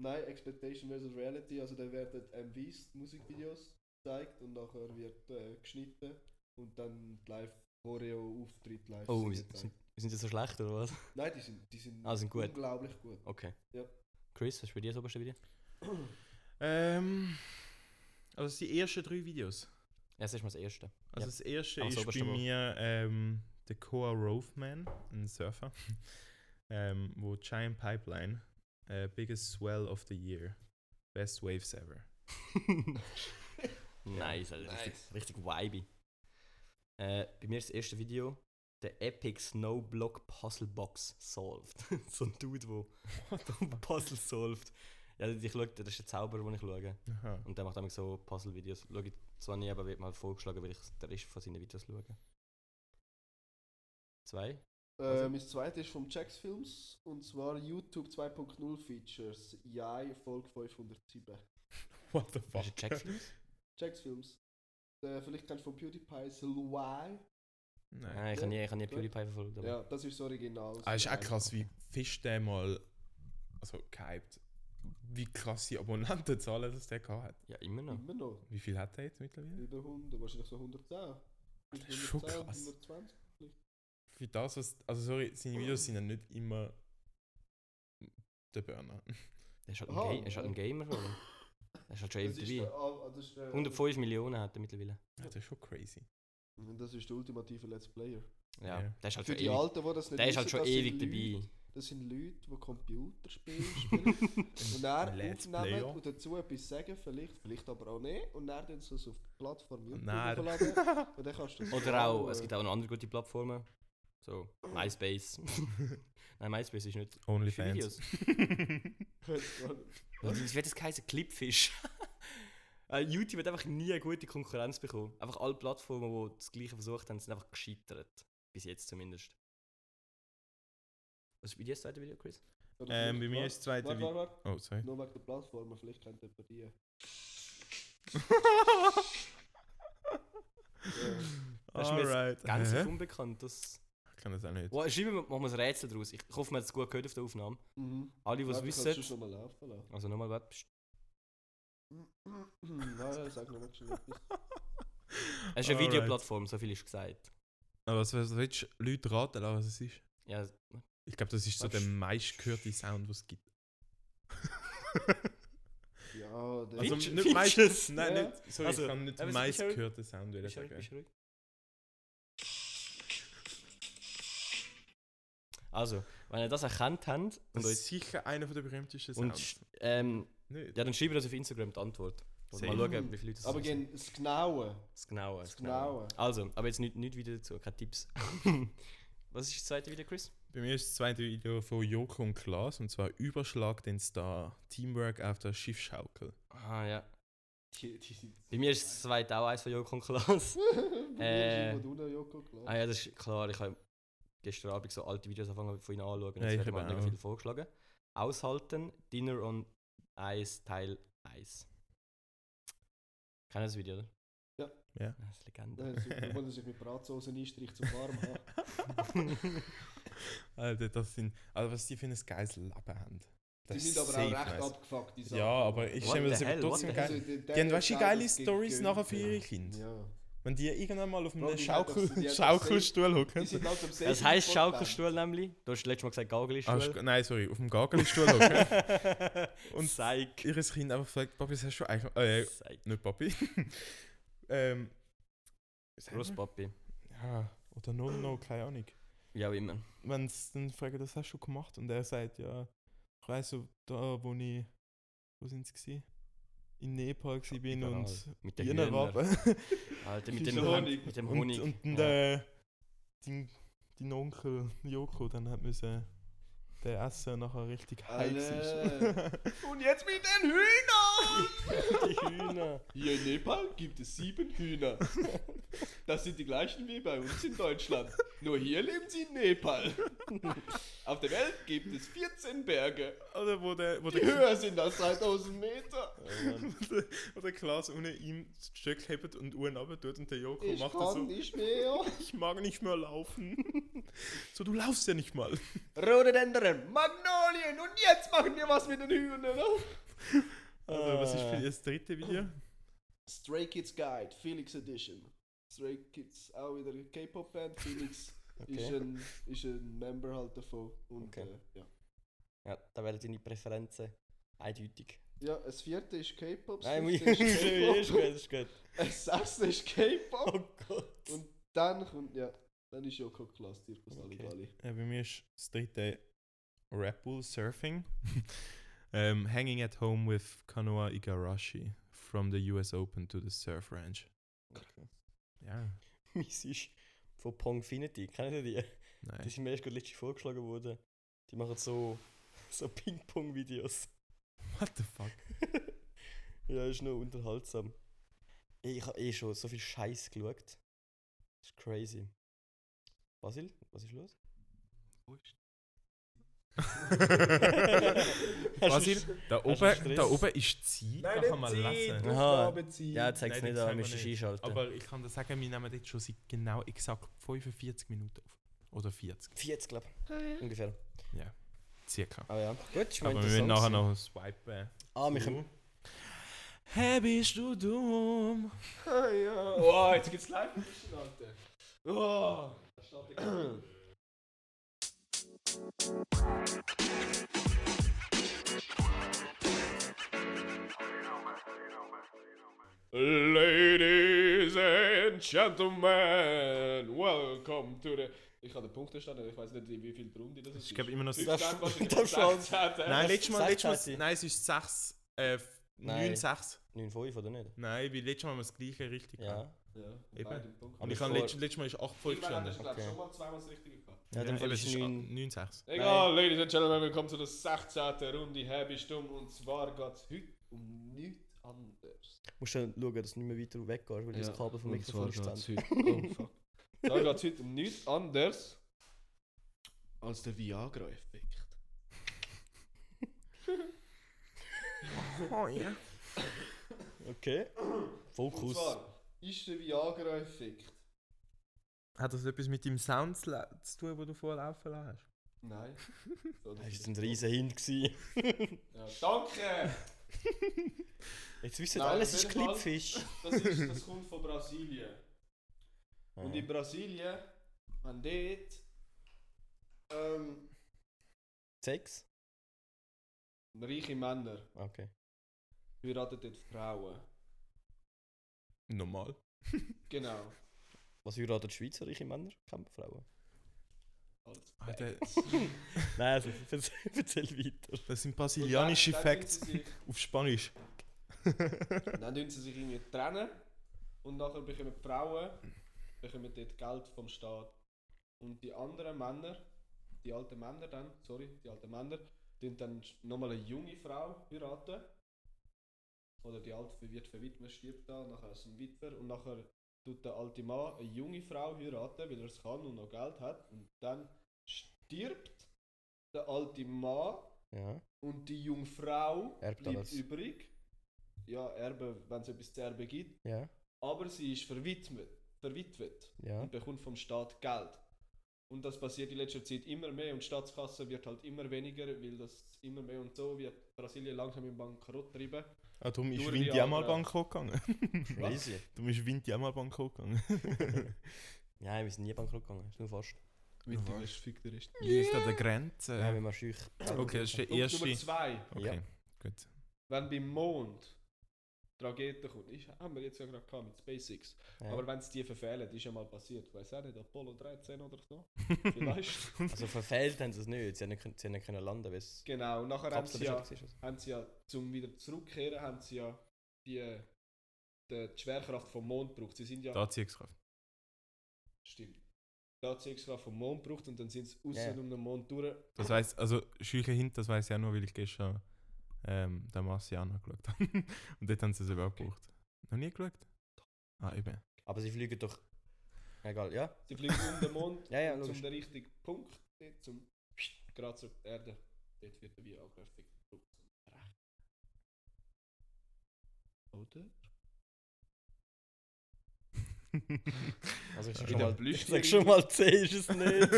Speaker 3: Nein, Expectation vs Reality, also da werden MVs, Musikvideos gezeigt und nachher wird äh, geschnitten und dann die live Choreo Auftritt live
Speaker 2: Oh,
Speaker 3: singen
Speaker 2: wir sind,
Speaker 3: gezeigt.
Speaker 2: sind wir jetzt so schlecht, oder was?
Speaker 3: Nein, die sind, die sind,
Speaker 2: Ah, sind gut.
Speaker 3: unglaublich gut.
Speaker 2: Okay.
Speaker 3: Ja.
Speaker 2: Chris, was ist bei dir das oberste Video?
Speaker 4: Ähm, also das sind die ersten drei Videos.
Speaker 2: Ja, das ist mal das erste.
Speaker 4: Also
Speaker 2: Ja.
Speaker 4: das erste
Speaker 2: Aber das
Speaker 4: ist bei
Speaker 2: oberste, wo-
Speaker 4: mir ähm, der Koa Roveman, ein Surfer, ähm, wo Giant Pipeline, äh, Biggest Swell of the Year, Best Waves Ever.
Speaker 2: nice, also
Speaker 3: Nice.
Speaker 2: Richtig, richtig vibey. Äh, bei mir ist das erste Video der Epic Snowblock Puzzle Box Solved. so ein Dude, der Puzzle solved. Ja, also ich schaue, das ist ein Zauberer, den ich schaue.
Speaker 4: Aha.
Speaker 2: Und der macht immer so Puzzle-Videos. Schaue ich zwar nie, aber wird mal vorgeschlagen, weil ich den Rest von seinen Videos schaue. Zwei?
Speaker 3: Äh, mein zweites ist vom Jax Films und zwar YouTube 2.0 Features. Jai, Folge 507.
Speaker 4: What the
Speaker 2: Hast du
Speaker 4: fuck?
Speaker 2: Jack Films?
Speaker 3: Jax Films. Äh, vielleicht kennst du von PewDiePie's Luai.
Speaker 4: Nein.
Speaker 2: Nein, Ah, ich habe nie,
Speaker 3: Ja,
Speaker 2: ich hab nie
Speaker 3: gut.
Speaker 2: PewDiePie verfolgt. Aber
Speaker 3: Ja, das ist das Original. Also
Speaker 4: Ah, ist auch
Speaker 3: Luai.
Speaker 4: krass, wie Fisch der mal, also gehypt, wie krass die Abonnentenzahlen das der gehabt hat.
Speaker 2: ja, immer noch.
Speaker 3: Immer noch.
Speaker 4: Wie viel hat der jetzt mittlerweile?
Speaker 3: Über 100, wahrscheinlich so 110.
Speaker 4: Das ist schon krass.
Speaker 3: 120.
Speaker 4: Für das, was, also sorry, seine Videos sind ja nicht immer der Burner.
Speaker 2: Er ist halt
Speaker 3: Aha,
Speaker 2: ein, Ga er ist halt ein
Speaker 3: ja.
Speaker 2: Gamer, oder? Er ist halt schon
Speaker 3: Das ist, der,
Speaker 2: eben
Speaker 3: ah, das, ist der,
Speaker 2: 105 Millionen hat er mittlerweile.
Speaker 4: Ja, das ist schon crazy.
Speaker 3: das ist der ultimative Let's Player.
Speaker 2: Ja,
Speaker 4: Ja.
Speaker 2: der ist halt
Speaker 3: Für
Speaker 2: schon
Speaker 3: die
Speaker 2: ewig,
Speaker 3: Alten, die das nicht
Speaker 2: der ist halt
Speaker 3: wissen,
Speaker 2: schon
Speaker 3: das
Speaker 2: ewig
Speaker 3: sind Leute,
Speaker 2: dabei.
Speaker 3: Das sind Leute, die Computerspiele spielen und dann
Speaker 4: Let's
Speaker 3: aufnehmen
Speaker 4: Player.
Speaker 3: und dazu etwas sagen, vielleicht, vielleicht aber auch nicht. Und dann dann sie es auf die Plattform YouTube
Speaker 4: Nein.
Speaker 3: hochladen. Und dann kannst du das
Speaker 2: Oder auch, es gibt auch noch andere gute Plattformen. So, MySpace. Nein, MySpace ist nicht. für
Speaker 4: OnlyFans.
Speaker 2: Videos. Und Wie wird das heißen? Clipfish. Äh, YouTube hat einfach nie eine gute Konkurrenz bekommen. Einfach alle Plattformen, die das gleiche versucht haben, sind einfach gescheitert. Bis jetzt zumindest. Was ist bei dir das zweite Video, Chris?
Speaker 4: Ähm, bei mir ist das zweite
Speaker 3: Warte,
Speaker 4: Video.
Speaker 3: warte, warte.
Speaker 4: Oh, sorry.
Speaker 3: Nur wegen der Plattformen, vielleicht kennt jemand die.
Speaker 2: Das ist mir jetzt
Speaker 4: Äh. Alright.
Speaker 2: Ganz
Speaker 4: Hä?
Speaker 2: unbekannt. Das
Speaker 4: Ich kann das auch nicht.
Speaker 2: oh, schreiben wir, machen wir ein Rätsel draus. Ich hoffe, man hat es gut gehört auf der Aufnahme.
Speaker 3: Mhm.
Speaker 2: Alle, die es
Speaker 3: Warte, kannst du
Speaker 2: wissen.
Speaker 3: schon mal laufen lassen?
Speaker 2: Also nochmal, warte, pst.
Speaker 3: Nein, sag nochmal schnell etwas.
Speaker 2: es ist eine
Speaker 4: Alright.
Speaker 2: Videoplattform, so viel ist gesagt.
Speaker 4: Aber was, was willst du Leute raten lassen, was es ist?
Speaker 2: Ja,
Speaker 4: Ich glaube, das ist so
Speaker 2: Was?
Speaker 4: der meistgehörte Sound, den es gibt.
Speaker 3: Ja, der
Speaker 4: also
Speaker 2: Fitch-
Speaker 4: nicht meist,
Speaker 2: Fitches?
Speaker 4: nein,
Speaker 3: Ja.
Speaker 4: nicht, sorry,
Speaker 2: Also,
Speaker 4: ich kann nicht
Speaker 2: aber
Speaker 4: den
Speaker 2: es- ich hör-
Speaker 4: meistgehörten Sound wieder
Speaker 2: bist du ruhig,
Speaker 4: sagen.
Speaker 2: bist du ruhig. Also, wenn ihr das erkannt habt und,
Speaker 4: Das
Speaker 2: euch,
Speaker 4: ist sicher einer von der berühmtesten
Speaker 2: und
Speaker 4: Sounds.
Speaker 2: sch- ähm,
Speaker 4: Nicht?
Speaker 2: ja, dann schreibt das auf Instagram die Antwort. Und mal
Speaker 4: Safe.
Speaker 2: schauen, wie viele Leute das
Speaker 3: Aber
Speaker 2: wissen.
Speaker 3: gehen das Genaue.
Speaker 2: Das Genaue.
Speaker 3: Das Genaue.
Speaker 2: Also, aber jetzt nicht, nicht wieder dazu, keine Tipps. Was ist das zweite Video, Chris?
Speaker 4: Bei mir ist das zweite Video von Joko und Klaas und zwar Überschlag den Star. Teamwork auf der Schiffschaukel.
Speaker 2: Ah ja.
Speaker 3: Die, die sind.
Speaker 2: Bei mir ist das zweite auch eins von Joko und Klaas.
Speaker 3: Äh.
Speaker 2: Äh.
Speaker 3: Du noch Joko
Speaker 4: Oh.
Speaker 3: klar.
Speaker 2: ah ja, das ist klar. Ich habe gestern Abend so alte Videos angefangen von ihnen anzuschauen.
Speaker 4: Ja,
Speaker 2: Das
Speaker 4: ich
Speaker 2: hat mir
Speaker 4: eben
Speaker 2: mega
Speaker 4: auch.
Speaker 2: viel vorgeschlagen. Aushalten, Dinner on Ice, Teil 1. Kennen das Video, oder? Ah,
Speaker 3: Ja.
Speaker 4: Ja.
Speaker 2: Das ist Legende.
Speaker 3: Äh, super, Wenn er sich mit Bratsauce einstreicht zum warm haben.
Speaker 4: Alter, das sind, also was die für ein geiles Leben haben.
Speaker 3: Die
Speaker 4: Das
Speaker 3: sind
Speaker 4: ist
Speaker 3: aber auch
Speaker 4: safe
Speaker 3: recht
Speaker 4: nice.
Speaker 3: abgefuckt, die Sachen. Also,
Speaker 4: Ja, aber ich
Speaker 2: What
Speaker 4: stelle mir
Speaker 2: the
Speaker 4: das eben
Speaker 2: hell, what
Speaker 4: trotzdem
Speaker 2: the
Speaker 4: geil.
Speaker 2: hell?
Speaker 4: Die haben weißt du geile Stories nachher für ihre Kinder.
Speaker 3: Ja.
Speaker 4: Wenn die irgendwann mal auf
Speaker 3: Bro, die
Speaker 4: einem
Speaker 3: hat
Speaker 4: Schaukel,
Speaker 3: doch- die hat doch
Speaker 4: Schaukelstuhl
Speaker 3: Die
Speaker 4: hocken.
Speaker 3: sind langsam sehr
Speaker 2: Das heisst
Speaker 3: gut vorgegangen.
Speaker 2: Schaukelstuhl nämlich. Du hast letztes Mal gesagt
Speaker 4: Ah,
Speaker 2: Gaugelstuhl.
Speaker 4: Sch- nein, sorry, auf dem Gagelstuhl hocken.
Speaker 2: und
Speaker 4: Und-
Speaker 2: Psych.
Speaker 4: Ihres Kind einfach fragt, Papi, was hast du eigentlich. Äh,
Speaker 2: Psych.
Speaker 4: nicht Papi. ähm. was sagt man?
Speaker 2: Großpapi.
Speaker 4: Ja, oder no, no, keine Ahnung.
Speaker 2: Ja, wie immer.
Speaker 4: Wenn sie dann fragen, das hast du gemacht und er sagt, ja, ich weiss, so, da, wo ich. Wo sind sie? gsi? In Nepal gsi bin
Speaker 2: Überall.
Speaker 4: und.
Speaker 2: Mit den
Speaker 4: Bienen
Speaker 2: Hühnern.
Speaker 4: warten.
Speaker 2: Alter,
Speaker 4: Mit
Speaker 2: mit dem
Speaker 4: dem
Speaker 2: Honig.
Speaker 3: Honig.
Speaker 2: Mit dem
Speaker 4: Und,
Speaker 2: Honig.
Speaker 4: und dann
Speaker 2: ja.
Speaker 4: der, dein, dein Onkel Joko, dann hat müssen der essen und nachher richtig heiß
Speaker 3: Alle.
Speaker 4: ist.
Speaker 3: Und jetzt mit den Hühnern!
Speaker 2: die Hühner.
Speaker 3: Hier in Nepal gibt es sieben Hühner. Das sind die gleichen wie bei uns in Deutschland. Nur hier leben sie in Nepal. Auf der Welt gibt es 14 Berge.
Speaker 4: Oder Oh wo der, wo
Speaker 3: Die
Speaker 4: der,
Speaker 3: höher sind als 3000 Meter.
Speaker 4: wo der, wo der Klaas ohne ihm das Stück hebt und Uhren runter tut und der Joko
Speaker 3: Ich
Speaker 4: macht das
Speaker 3: kann
Speaker 4: so,
Speaker 3: nicht mehr.
Speaker 4: ich mag nicht mehr laufen. so, du laufst ja nicht mal.
Speaker 3: Rhododendron, Magnolien und jetzt machen wir was mit den Hühnern.
Speaker 2: Oh,
Speaker 4: Also, was
Speaker 2: Ah.
Speaker 4: ist für ihr das dritte Video?
Speaker 3: Stray Kids Guide, Felix Edition. Stray Kids, auch wieder eine K-Pop-Band. Felix ist,
Speaker 2: Okay.
Speaker 3: ein, ist ein Member halt davon. Und,
Speaker 2: Okay.
Speaker 3: äh, ja.
Speaker 2: Ja, da werden deine Präferenzen eindeutig.
Speaker 3: ja, das vierte ist K-Pop. das
Speaker 2: Nein,
Speaker 3: fünfte
Speaker 2: ist gut,
Speaker 3: ist K-Pop,
Speaker 2: ist gut.
Speaker 3: das sechste ist K-Pop.
Speaker 2: Oh Gott.
Speaker 3: Und dann kommt, ja, dann ist Joko Klaas, Zirkus
Speaker 2: Okay.
Speaker 3: Alibali.
Speaker 4: Ja, bei mir ist das dritte Red Bull Surfing. Ähm, hanging at home with Kanoa Igarashi from the US Open to the Surf Ranch. Ja,
Speaker 2: Mies ist von Pongfinity, kennt ihr die?
Speaker 4: nein.
Speaker 2: Die sind mir erst gerade letztens vorgeschlagen worden. Die machen so, so Ping-Pong-Videos.
Speaker 4: What the fuck?
Speaker 2: ja, ist nur unterhaltsam. Ey, Ich habe eh schon so viel Scheiß geschaut. Das ist crazy. Basil, was ist los?
Speaker 4: Basil, da
Speaker 2: du
Speaker 4: oben,
Speaker 2: Stress?
Speaker 4: da oben ist Zeit, da kann man lesen.
Speaker 2: Aha.
Speaker 3: ziehen.
Speaker 2: Ja, zeig's
Speaker 4: Nein,
Speaker 2: nicht
Speaker 4: das
Speaker 2: an,
Speaker 4: haben wir
Speaker 2: müsstest du
Speaker 4: nicht.
Speaker 2: einschalten.
Speaker 4: Aber ich kann dir sagen, wir nehmen jetzt schon seit genau exakt 45 Minuten auf. Oder 40,
Speaker 2: 40, glaube ich. Ungefähr.
Speaker 4: circa.
Speaker 2: Aber ja. Gut, ich
Speaker 4: Aber wir müssen nachher noch swipen.
Speaker 2: Ah, wir
Speaker 4: Mhm.
Speaker 2: können.
Speaker 4: Hä, bist du dumm?
Speaker 3: Ah, ja. Oh, jetzt gibt's live ein bisschen, Alter. Oh. Ladies and Gentlemen, welcome to the. Ich habe den Punkt verstanden, ich weiß nicht, wie viel die Runde das ist.
Speaker 4: Ich glaube immer noch...
Speaker 2: darf- darf schon-
Speaker 4: Nein, letztes Mal,
Speaker 2: Sechs
Speaker 4: letztes Mal,
Speaker 2: hätte.
Speaker 4: nein, es ist 6, äh,
Speaker 2: Nein.
Speaker 4: 9, 6.
Speaker 2: 9,5 oder nicht?
Speaker 4: Nein, weil letztes Mal haben wir das gleiche richtig gehabt.
Speaker 2: Ja.
Speaker 4: Eben.
Speaker 3: Eben.
Speaker 4: Und
Speaker 2: Aber
Speaker 4: ich habe
Speaker 2: vor-
Speaker 4: letztes, letztes Mal ist 8 voll
Speaker 3: Irgendwann
Speaker 4: gestanden.
Speaker 3: hast du, glaube ich,
Speaker 2: Okay.
Speaker 3: schon mal zweimal das Richtige gehabt.
Speaker 2: Ja, dann
Speaker 4: eben,
Speaker 2: ja,
Speaker 4: es
Speaker 2: ist
Speaker 4: ist
Speaker 2: 9.
Speaker 4: 9, 6.
Speaker 3: Egal, Ladies and Gentlemen, willkommen zu der 16. Runde Happy Stumm und zwar geht es heute um nichts anderes.
Speaker 2: Musst du schauen, dass du nicht mehr weiter weggehst, weil das Kabel vom Mikrofon ist dran.
Speaker 3: Oh fuck. Da geht es heute um nichts anderes als der Viagra-Effekt.
Speaker 4: Oh ja.
Speaker 2: Okay.
Speaker 4: Oh,
Speaker 3: Und
Speaker 2: Fokus.
Speaker 3: zwar, Ist der Viagra-Effekt?
Speaker 4: Hat das etwas mit deinem Sound zu la- zu tun, wo du vorher laufen lassen hast?
Speaker 3: Nein. So, das
Speaker 2: Das
Speaker 3: ist-
Speaker 2: war ein riesen Hint. gewesen.
Speaker 3: Ja, danke!
Speaker 2: Jetzt wissen
Speaker 3: Nein,
Speaker 2: alles,
Speaker 3: auf
Speaker 2: ist
Speaker 3: jeden Fall.
Speaker 2: Klippfisch.
Speaker 3: Das, ist, das kommt von Brasilien. Und in
Speaker 2: Ah.
Speaker 3: Brasilien haben dort. Ähm,
Speaker 2: Sex?
Speaker 3: reiche Männer
Speaker 2: Okay.
Speaker 3: heiraten dort Frauen.
Speaker 4: Normal.
Speaker 3: Genau.
Speaker 2: Was heiraten Schweizer reiche Männer? Keine Frauen.
Speaker 3: Als
Speaker 4: Ah, der-
Speaker 2: Nein, also, erzähl, erzähl weiter.
Speaker 4: Das sind
Speaker 3: Und
Speaker 4: brasilianische
Speaker 3: dann- dann tun
Speaker 4: Facts
Speaker 3: sie sich-
Speaker 4: auf Spanisch.
Speaker 3: Dann tun sie sich irgendwie trennen und nachher bekommen die Frauen bekommen dort Geld vom Staat. Und die anderen Männer, die alten Männer dann, sorry, die alten Männer, tun dann nochmal eine junge Frau heiraten. Oder die alte wird verwitwet, stirbt da, nachher ist ein Witwer und nachher tut der alte Mann eine junge Frau heiraten, weil er es kann und noch Geld hat. Und dann stirbt der alte Mann
Speaker 2: Ja.
Speaker 3: und die Jungfrau
Speaker 2: Erbt
Speaker 3: bleibt
Speaker 2: alles.
Speaker 3: übrig. Ja, Erbe, wenn es etwas zu erben gibt.
Speaker 2: Ja.
Speaker 3: Aber sie ist verwitwet, verwitwet
Speaker 2: Ja.
Speaker 3: und bekommt vom Staat Geld. Und das passiert in letzter Zeit immer mehr und die Staatskasse wird halt immer weniger, weil das immer mehr und so wird Brasilien langsam im Bankrott treiben.
Speaker 4: Ah, darum ist
Speaker 3: Durch
Speaker 4: Wind
Speaker 3: die
Speaker 4: ja mal
Speaker 3: anderen.
Speaker 4: Bankrott gegangen.
Speaker 2: Crazy.
Speaker 4: Darum ist Wind ja mal Bankrott gegangen.
Speaker 2: Nein, wir sind nie bankrott gegangen. Ist nur fast.
Speaker 3: Mit
Speaker 4: dem
Speaker 3: ist fick der ist.
Speaker 4: Wie ist da der Grenze?
Speaker 2: Nein, wir machen schüch.
Speaker 4: okay, das ist der
Speaker 3: Punkt Nummer
Speaker 4: erste.
Speaker 3: zwei
Speaker 4: Okay, gut.
Speaker 3: Wenn beim Mond Trageten kommt, ist, haben wir jetzt ja gerade gehabt mit SpaceX.
Speaker 2: Ja.
Speaker 3: Aber wenn es die verfehlen, ist ja mal passiert. Ich weiß auch nicht, Apollo 13 oder so. Vielleicht.
Speaker 2: Also verfehlt haben sie es nicht. Sie haben nicht, können- sie haben nicht können landen, weil es
Speaker 3: Genau, und nachher haben
Speaker 2: Kapsel
Speaker 3: sie, ja,
Speaker 2: beschädigt ist. also.
Speaker 3: haben sie ja, zum wieder zurückkehren, haben sie ja die, die, die Schwerkraft vom Mond gebraucht. Sie sind ja,
Speaker 4: Die Anziehungskraft.
Speaker 3: stimmt, die Anziehungskraft vom Mond gebraucht und dann sind sie außen
Speaker 2: Ja.
Speaker 3: um den Mond durch.
Speaker 4: Das heisst, also schüche Hint, das weiss ich auch nur, weil ich gestern ähm, den Marciano geschaut habe. Und dort haben sie es eben auch gebraucht. Noch nie geschaut? Ah, eben.
Speaker 2: Aber sie fliegen doch. Egal, ja.
Speaker 3: Sie fliegen um den Mond
Speaker 2: Ja, ja,
Speaker 3: und
Speaker 2: logisch.
Speaker 3: zum den richtigen Punkt, dort zum gerade zur Erde. Dort wird der Viagra-Effekt gedruckt. Oder?
Speaker 2: Also ich
Speaker 4: Ja.
Speaker 2: sag schon mal, ich
Speaker 3: Blüschtiere.
Speaker 2: sag schon mal C ist es nicht.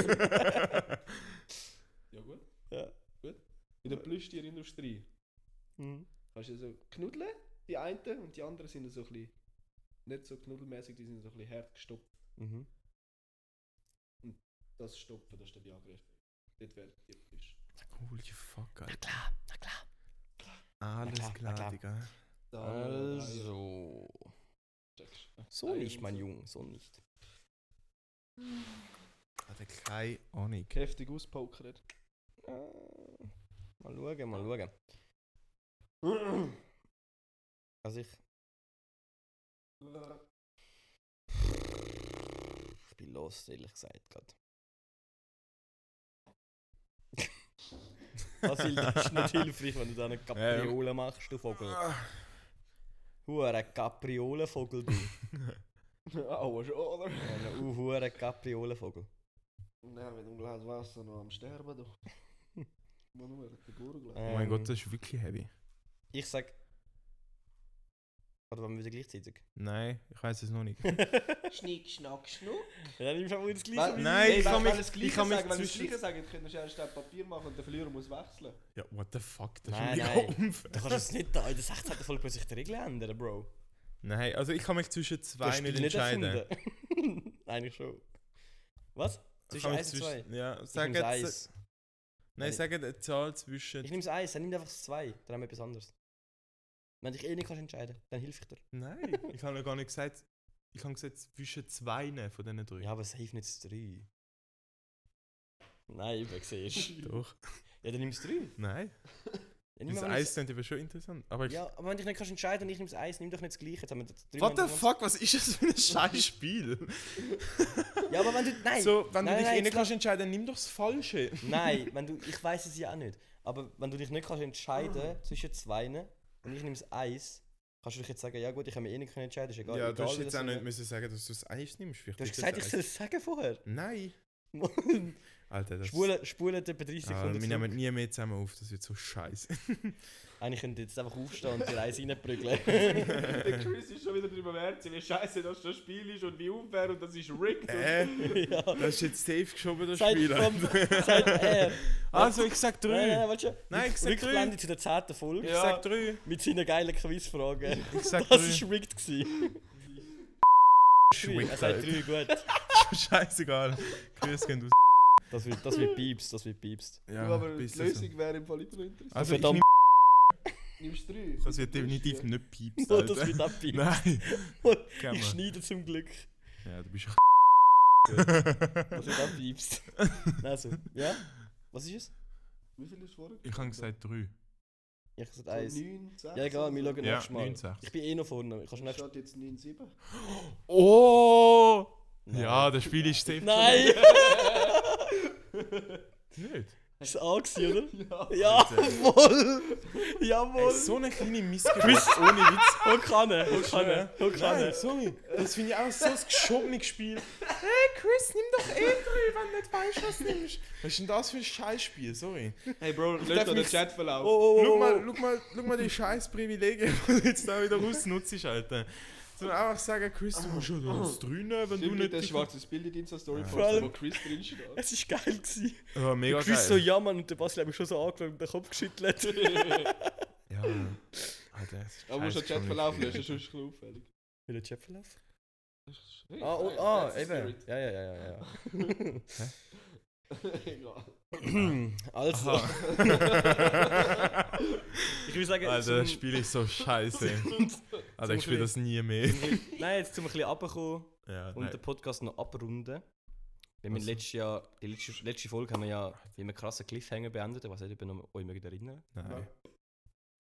Speaker 3: Ja gut.
Speaker 2: Ja.
Speaker 3: Gut. In der Plüschtierindustrie
Speaker 2: Hm.
Speaker 3: kannst du so knuddeln, die einen, und die anderen sind so ein bisschen nicht so knuddelmäßig, die sind so ein bisschen hart gestopft.
Speaker 2: mhm.
Speaker 3: Das Stopfen, das ist der Viagra-Effekt. Dort werden die Plüsch.
Speaker 4: Holy fuck, Alter.
Speaker 2: Klar, na klar.
Speaker 4: Alles
Speaker 2: klar, na
Speaker 4: klar,
Speaker 2: klar.
Speaker 4: Digga.
Speaker 2: Also.
Speaker 3: Checkst.
Speaker 2: So nicht, mein Junge, so nicht.
Speaker 4: Hat er keine Ahnung.
Speaker 3: Kräftig auspokert.
Speaker 2: Äh, Mal schauen, mal schauen. Also ich. Ich bin los, ehrlich gesagt, gerade. Basil, das ist nicht hilfreich, wenn du da eine Kapriole machst, du Vogel. Hure Kapriolenvogel, du.
Speaker 3: Aua schon, oder?
Speaker 2: Ein hure Kapriolenvogel.
Speaker 3: Nein, wenn du gleich Wasser noch am Sterben, du. Man nur der Gurgel.
Speaker 4: Oh mein Gott, das ist wirklich heavy.
Speaker 2: Ich sag. Oder wollen wir wieder gleichzeitig?
Speaker 4: Nein, ich weiß es noch nicht.
Speaker 3: Schnick, schnack, schnuck.
Speaker 2: Ja, nimm schon mal das Gleiche.
Speaker 4: Nein, ich kann mich-
Speaker 3: wenn es
Speaker 4: ich kann mich
Speaker 3: sagen, wenn es
Speaker 4: zwischen-
Speaker 3: gleiche sagen, dann könntest du erst ein Papier machen und der Verlierer muss wechseln.
Speaker 4: Ja, what the fuck, das
Speaker 2: Nein,
Speaker 4: ist
Speaker 2: nein.
Speaker 4: mega unfair.
Speaker 2: Du kannst es nicht da in der 16. Folge plötzlich die Regeln ändern, Bro.
Speaker 4: Nein, also ich kann mich zwischen
Speaker 2: Du hast
Speaker 4: zwei nicht
Speaker 2: Spiel
Speaker 4: entscheiden.
Speaker 2: erfunden. Eigentlich schon. Was?
Speaker 4: Ich
Speaker 2: Zwischen
Speaker 4: kann mich
Speaker 2: 1 und 2?
Speaker 4: Ja,
Speaker 2: Ich
Speaker 4: sag
Speaker 2: nehme
Speaker 4: jetzt.
Speaker 2: Eis.
Speaker 4: Nein,
Speaker 2: Nein.
Speaker 4: sag jetzt eine Zahl
Speaker 2: Ich
Speaker 4: zwischen.
Speaker 2: nehme das Eis, dann nimm einfach das 2. Dann haben wir etwas anderes. Wenn dich eh nicht kannst entscheiden dann hilf ich dir.
Speaker 4: Nein, ich habe noch gar nicht gesagt. Ich habe gesagt zwischen zwei von diesen drei.
Speaker 2: Ja, aber safe nicht das 3. Nein, eben, siehst du.
Speaker 4: Doch.
Speaker 2: Ja, dann nimm das 3. Ja,
Speaker 4: Nein.
Speaker 2: nimm
Speaker 4: Das
Speaker 2: aber nicht
Speaker 4: Eis klingt aber schon interessant. Aber ich.
Speaker 2: Ja, aber wenn dich nicht kannst entscheiden und ich nehme das Eis, nimm doch nicht das gleiche. Jetzt haben wir das drei
Speaker 4: What the
Speaker 2: Mal-
Speaker 4: fuck, was ist das für ein scheiß Spiel?
Speaker 2: Ja, aber wenn du. Nein!
Speaker 4: So, wenn
Speaker 2: nein,
Speaker 4: du dich
Speaker 2: nein,
Speaker 4: eh
Speaker 2: jetzt
Speaker 4: nicht kannst entscheiden, nimm doch das Falsche.
Speaker 2: Nein, wenn du, ich weiß es ja auch nicht. Aber wenn du dich nicht kannst
Speaker 4: Ah.
Speaker 2: entscheiden zwischen zwei und ich nehme das Eis, kannst du dich jetzt sagen, ja gut, ich kann mich eh nicht können entscheiden, ist egal.
Speaker 4: Ja, du
Speaker 2: egal,
Speaker 4: hast
Speaker 2: wie
Speaker 4: jetzt
Speaker 2: das
Speaker 4: auch
Speaker 2: so-
Speaker 4: nicht müssen sagen, dass du das Eis nimmst.
Speaker 2: Du hast gesagt, ich soll es sagen vorher.
Speaker 4: Nein. Alter, das
Speaker 2: Spulen, spulen etwa 30
Speaker 4: Ah,
Speaker 2: Sekunden
Speaker 4: wir
Speaker 2: zurück.
Speaker 4: nehmen nie mehr zusammen auf, das wird so scheiße.
Speaker 2: Eigentlich könnte ich jetzt einfach aufstehen und die Reise reinprügeln.
Speaker 5: Der Chris ist schon wieder drüber wert, wie scheiße das schon Spiel ist und wie unfair und das ist rigged.
Speaker 4: Äh,
Speaker 2: ja.
Speaker 4: das ist jetzt safe geschoben, das
Speaker 2: Seit
Speaker 4: Spiel.
Speaker 2: vom, seit äh, er.
Speaker 4: Also, ich sag
Speaker 2: Nein, nein, nein,
Speaker 4: 3.
Speaker 2: weißt du,
Speaker 4: Nein, ich sag
Speaker 2: Rückblende zu der 10. Folge
Speaker 4: Ich sag 3.
Speaker 2: mit seinen geilen Quizfragen.
Speaker 4: Ich sag
Speaker 2: Das
Speaker 4: 3.
Speaker 2: war rigged. gewesen.
Speaker 4: Schwick,
Speaker 2: Er sagt 3, gut.
Speaker 4: Scheißegal. Grüß gehen, du.
Speaker 2: Das wird, das wird piepst, das wird piepst.
Speaker 4: Ja, also.
Speaker 3: aber die
Speaker 4: bist du
Speaker 3: Lösung wäre im Fall immer noch interessant.
Speaker 4: So. Also, ich
Speaker 2: Verdammt.
Speaker 4: nehm,
Speaker 3: Nimmst du drei?
Speaker 4: das wird definitiv nicht piepst,
Speaker 2: Das wird
Speaker 4: Alter.
Speaker 2: auch piepst.
Speaker 4: Nein. Gehen
Speaker 2: Ich
Speaker 4: wir.
Speaker 2: schneide zum Glück.
Speaker 4: Ja, du bist ein
Speaker 2: Das wird auch piepst. Also, ja? Was ist es?
Speaker 3: Wie viel ist vorher?
Speaker 4: Ich habe gesagt 3.
Speaker 2: Ich sag
Speaker 3: So
Speaker 2: 1.
Speaker 3: 9, 6.
Speaker 2: Ja, egal, wir schauen
Speaker 4: Ja,
Speaker 2: nächstes Mal.
Speaker 4: 9, 6.
Speaker 2: Ich bin eh noch vorne. Ich kann
Speaker 3: Es
Speaker 2: schnell.
Speaker 3: steht jetzt 9, 7.
Speaker 4: Oh!
Speaker 2: Nein.
Speaker 4: Ja, das Spiel ist safe.
Speaker 2: Nein!
Speaker 4: Nicht.
Speaker 2: Ist es A, gewesen, oder? Ja, voll!
Speaker 4: Ey,
Speaker 2: Jawohl!
Speaker 4: so eine kleine Missgeburt ohne Witz.
Speaker 2: Wo kann er? Wo kann
Speaker 4: Nein,
Speaker 2: er? Wo kann er?
Speaker 4: sorry. Das finde ich auch so ein geschobenes Spiel. Hey Chris, nimm doch eh drüber, wenn du nicht weißt, was du nimmst. Was ist denn das für ein Scheißspiel? Sorry.
Speaker 5: Hey Bro, löst
Speaker 4: darf
Speaker 5: doch den
Speaker 4: nichts-
Speaker 5: Chatverlauf.
Speaker 2: Oh,
Speaker 4: Schau mal, schau mal, schau mal die scheiß Privilegien, die du jetzt da wieder ausnutzt, Alter. Zum einfach sagen, Chris, du musst ja das drin, wenn oh, du
Speaker 3: Stimmt
Speaker 4: nicht.
Speaker 3: nicht das schwarzes Bild in der Story
Speaker 2: Vor
Speaker 3: postet,
Speaker 2: allem-
Speaker 3: wo Chris drin steht.
Speaker 2: Es ist geil gewesen.
Speaker 4: Ja, mega
Speaker 2: Ich wüsste so,
Speaker 4: geil.
Speaker 2: ja Mann, und der Basel hat mich schon so angeschaut und den Kopf geschüttelt.
Speaker 4: Ja, Alter, das ist
Speaker 3: Aber du musst den
Speaker 4: scheiß
Speaker 3: Chatverlauf
Speaker 4: geschobenes
Speaker 3: löschen, sonst ist es auffällig.
Speaker 2: Will der Chapverlauf?
Speaker 3: Hey,
Speaker 2: Ah, oh,
Speaker 3: hey,
Speaker 2: ah,
Speaker 3: that's the
Speaker 2: eben.
Speaker 3: spirit.
Speaker 2: Ja, ja, ja, ja, ja.
Speaker 3: Egal.
Speaker 2: Also,
Speaker 4: Aha.
Speaker 2: ich würde sagen,
Speaker 4: Alter, das
Speaker 2: zum-
Speaker 4: Also, Spiel ist so scheiße. Alter, ich spiele das nie mehr.
Speaker 2: nein, jetzt zum ein bisschen runterkommen
Speaker 4: Ja,
Speaker 2: und den Podcast noch abrunden. Wir haben
Speaker 4: Also.
Speaker 2: letztes Jahr, die letzte, letzte Folge haben wir ja wie einen krassen Cliffhanger beendet. Ich weiß nicht, ob ihr noch- euch mögt erinnern
Speaker 4: Nein.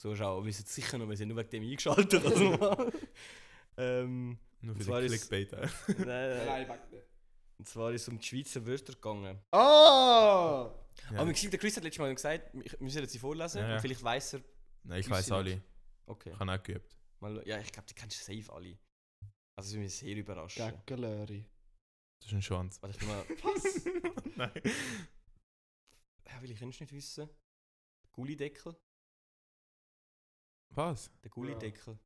Speaker 2: So schau, wir sind sicher noch, wir sind nur wegen dem eingeschaltet. Also, ähm,
Speaker 4: Nur
Speaker 2: Zwar
Speaker 4: für den
Speaker 2: ist-
Speaker 4: Clickbait. äh.
Speaker 2: nein, nein.
Speaker 3: Nein, weg nicht.
Speaker 2: Und zwar ist es um die Schweizer Wörter gegangen.
Speaker 3: Ah!
Speaker 4: Ja.
Speaker 2: Aber man sieht, der Chris hat letztes Mal gesagt, wir müssen sie vorlesen.
Speaker 4: Ja, ja.
Speaker 2: Und vielleicht weiß er.
Speaker 4: Nein, ich
Speaker 2: Gibt's
Speaker 4: weiß
Speaker 2: sie
Speaker 4: alle.
Speaker 2: nicht. Okay.
Speaker 4: Ich habe auch geübt.
Speaker 2: Mal, schauen. ja, ich glaube, die kennst du safe alle. Also, das würde mich sehr überraschen.
Speaker 3: Gaggelöri.
Speaker 4: Das ist ein Schwanz.
Speaker 2: Warte, ich bin mal.
Speaker 3: Was?
Speaker 4: Nein.
Speaker 2: Ja, weil ich kann es nicht wissen. Gullideckel?
Speaker 4: Was?
Speaker 2: Der Gullideckel.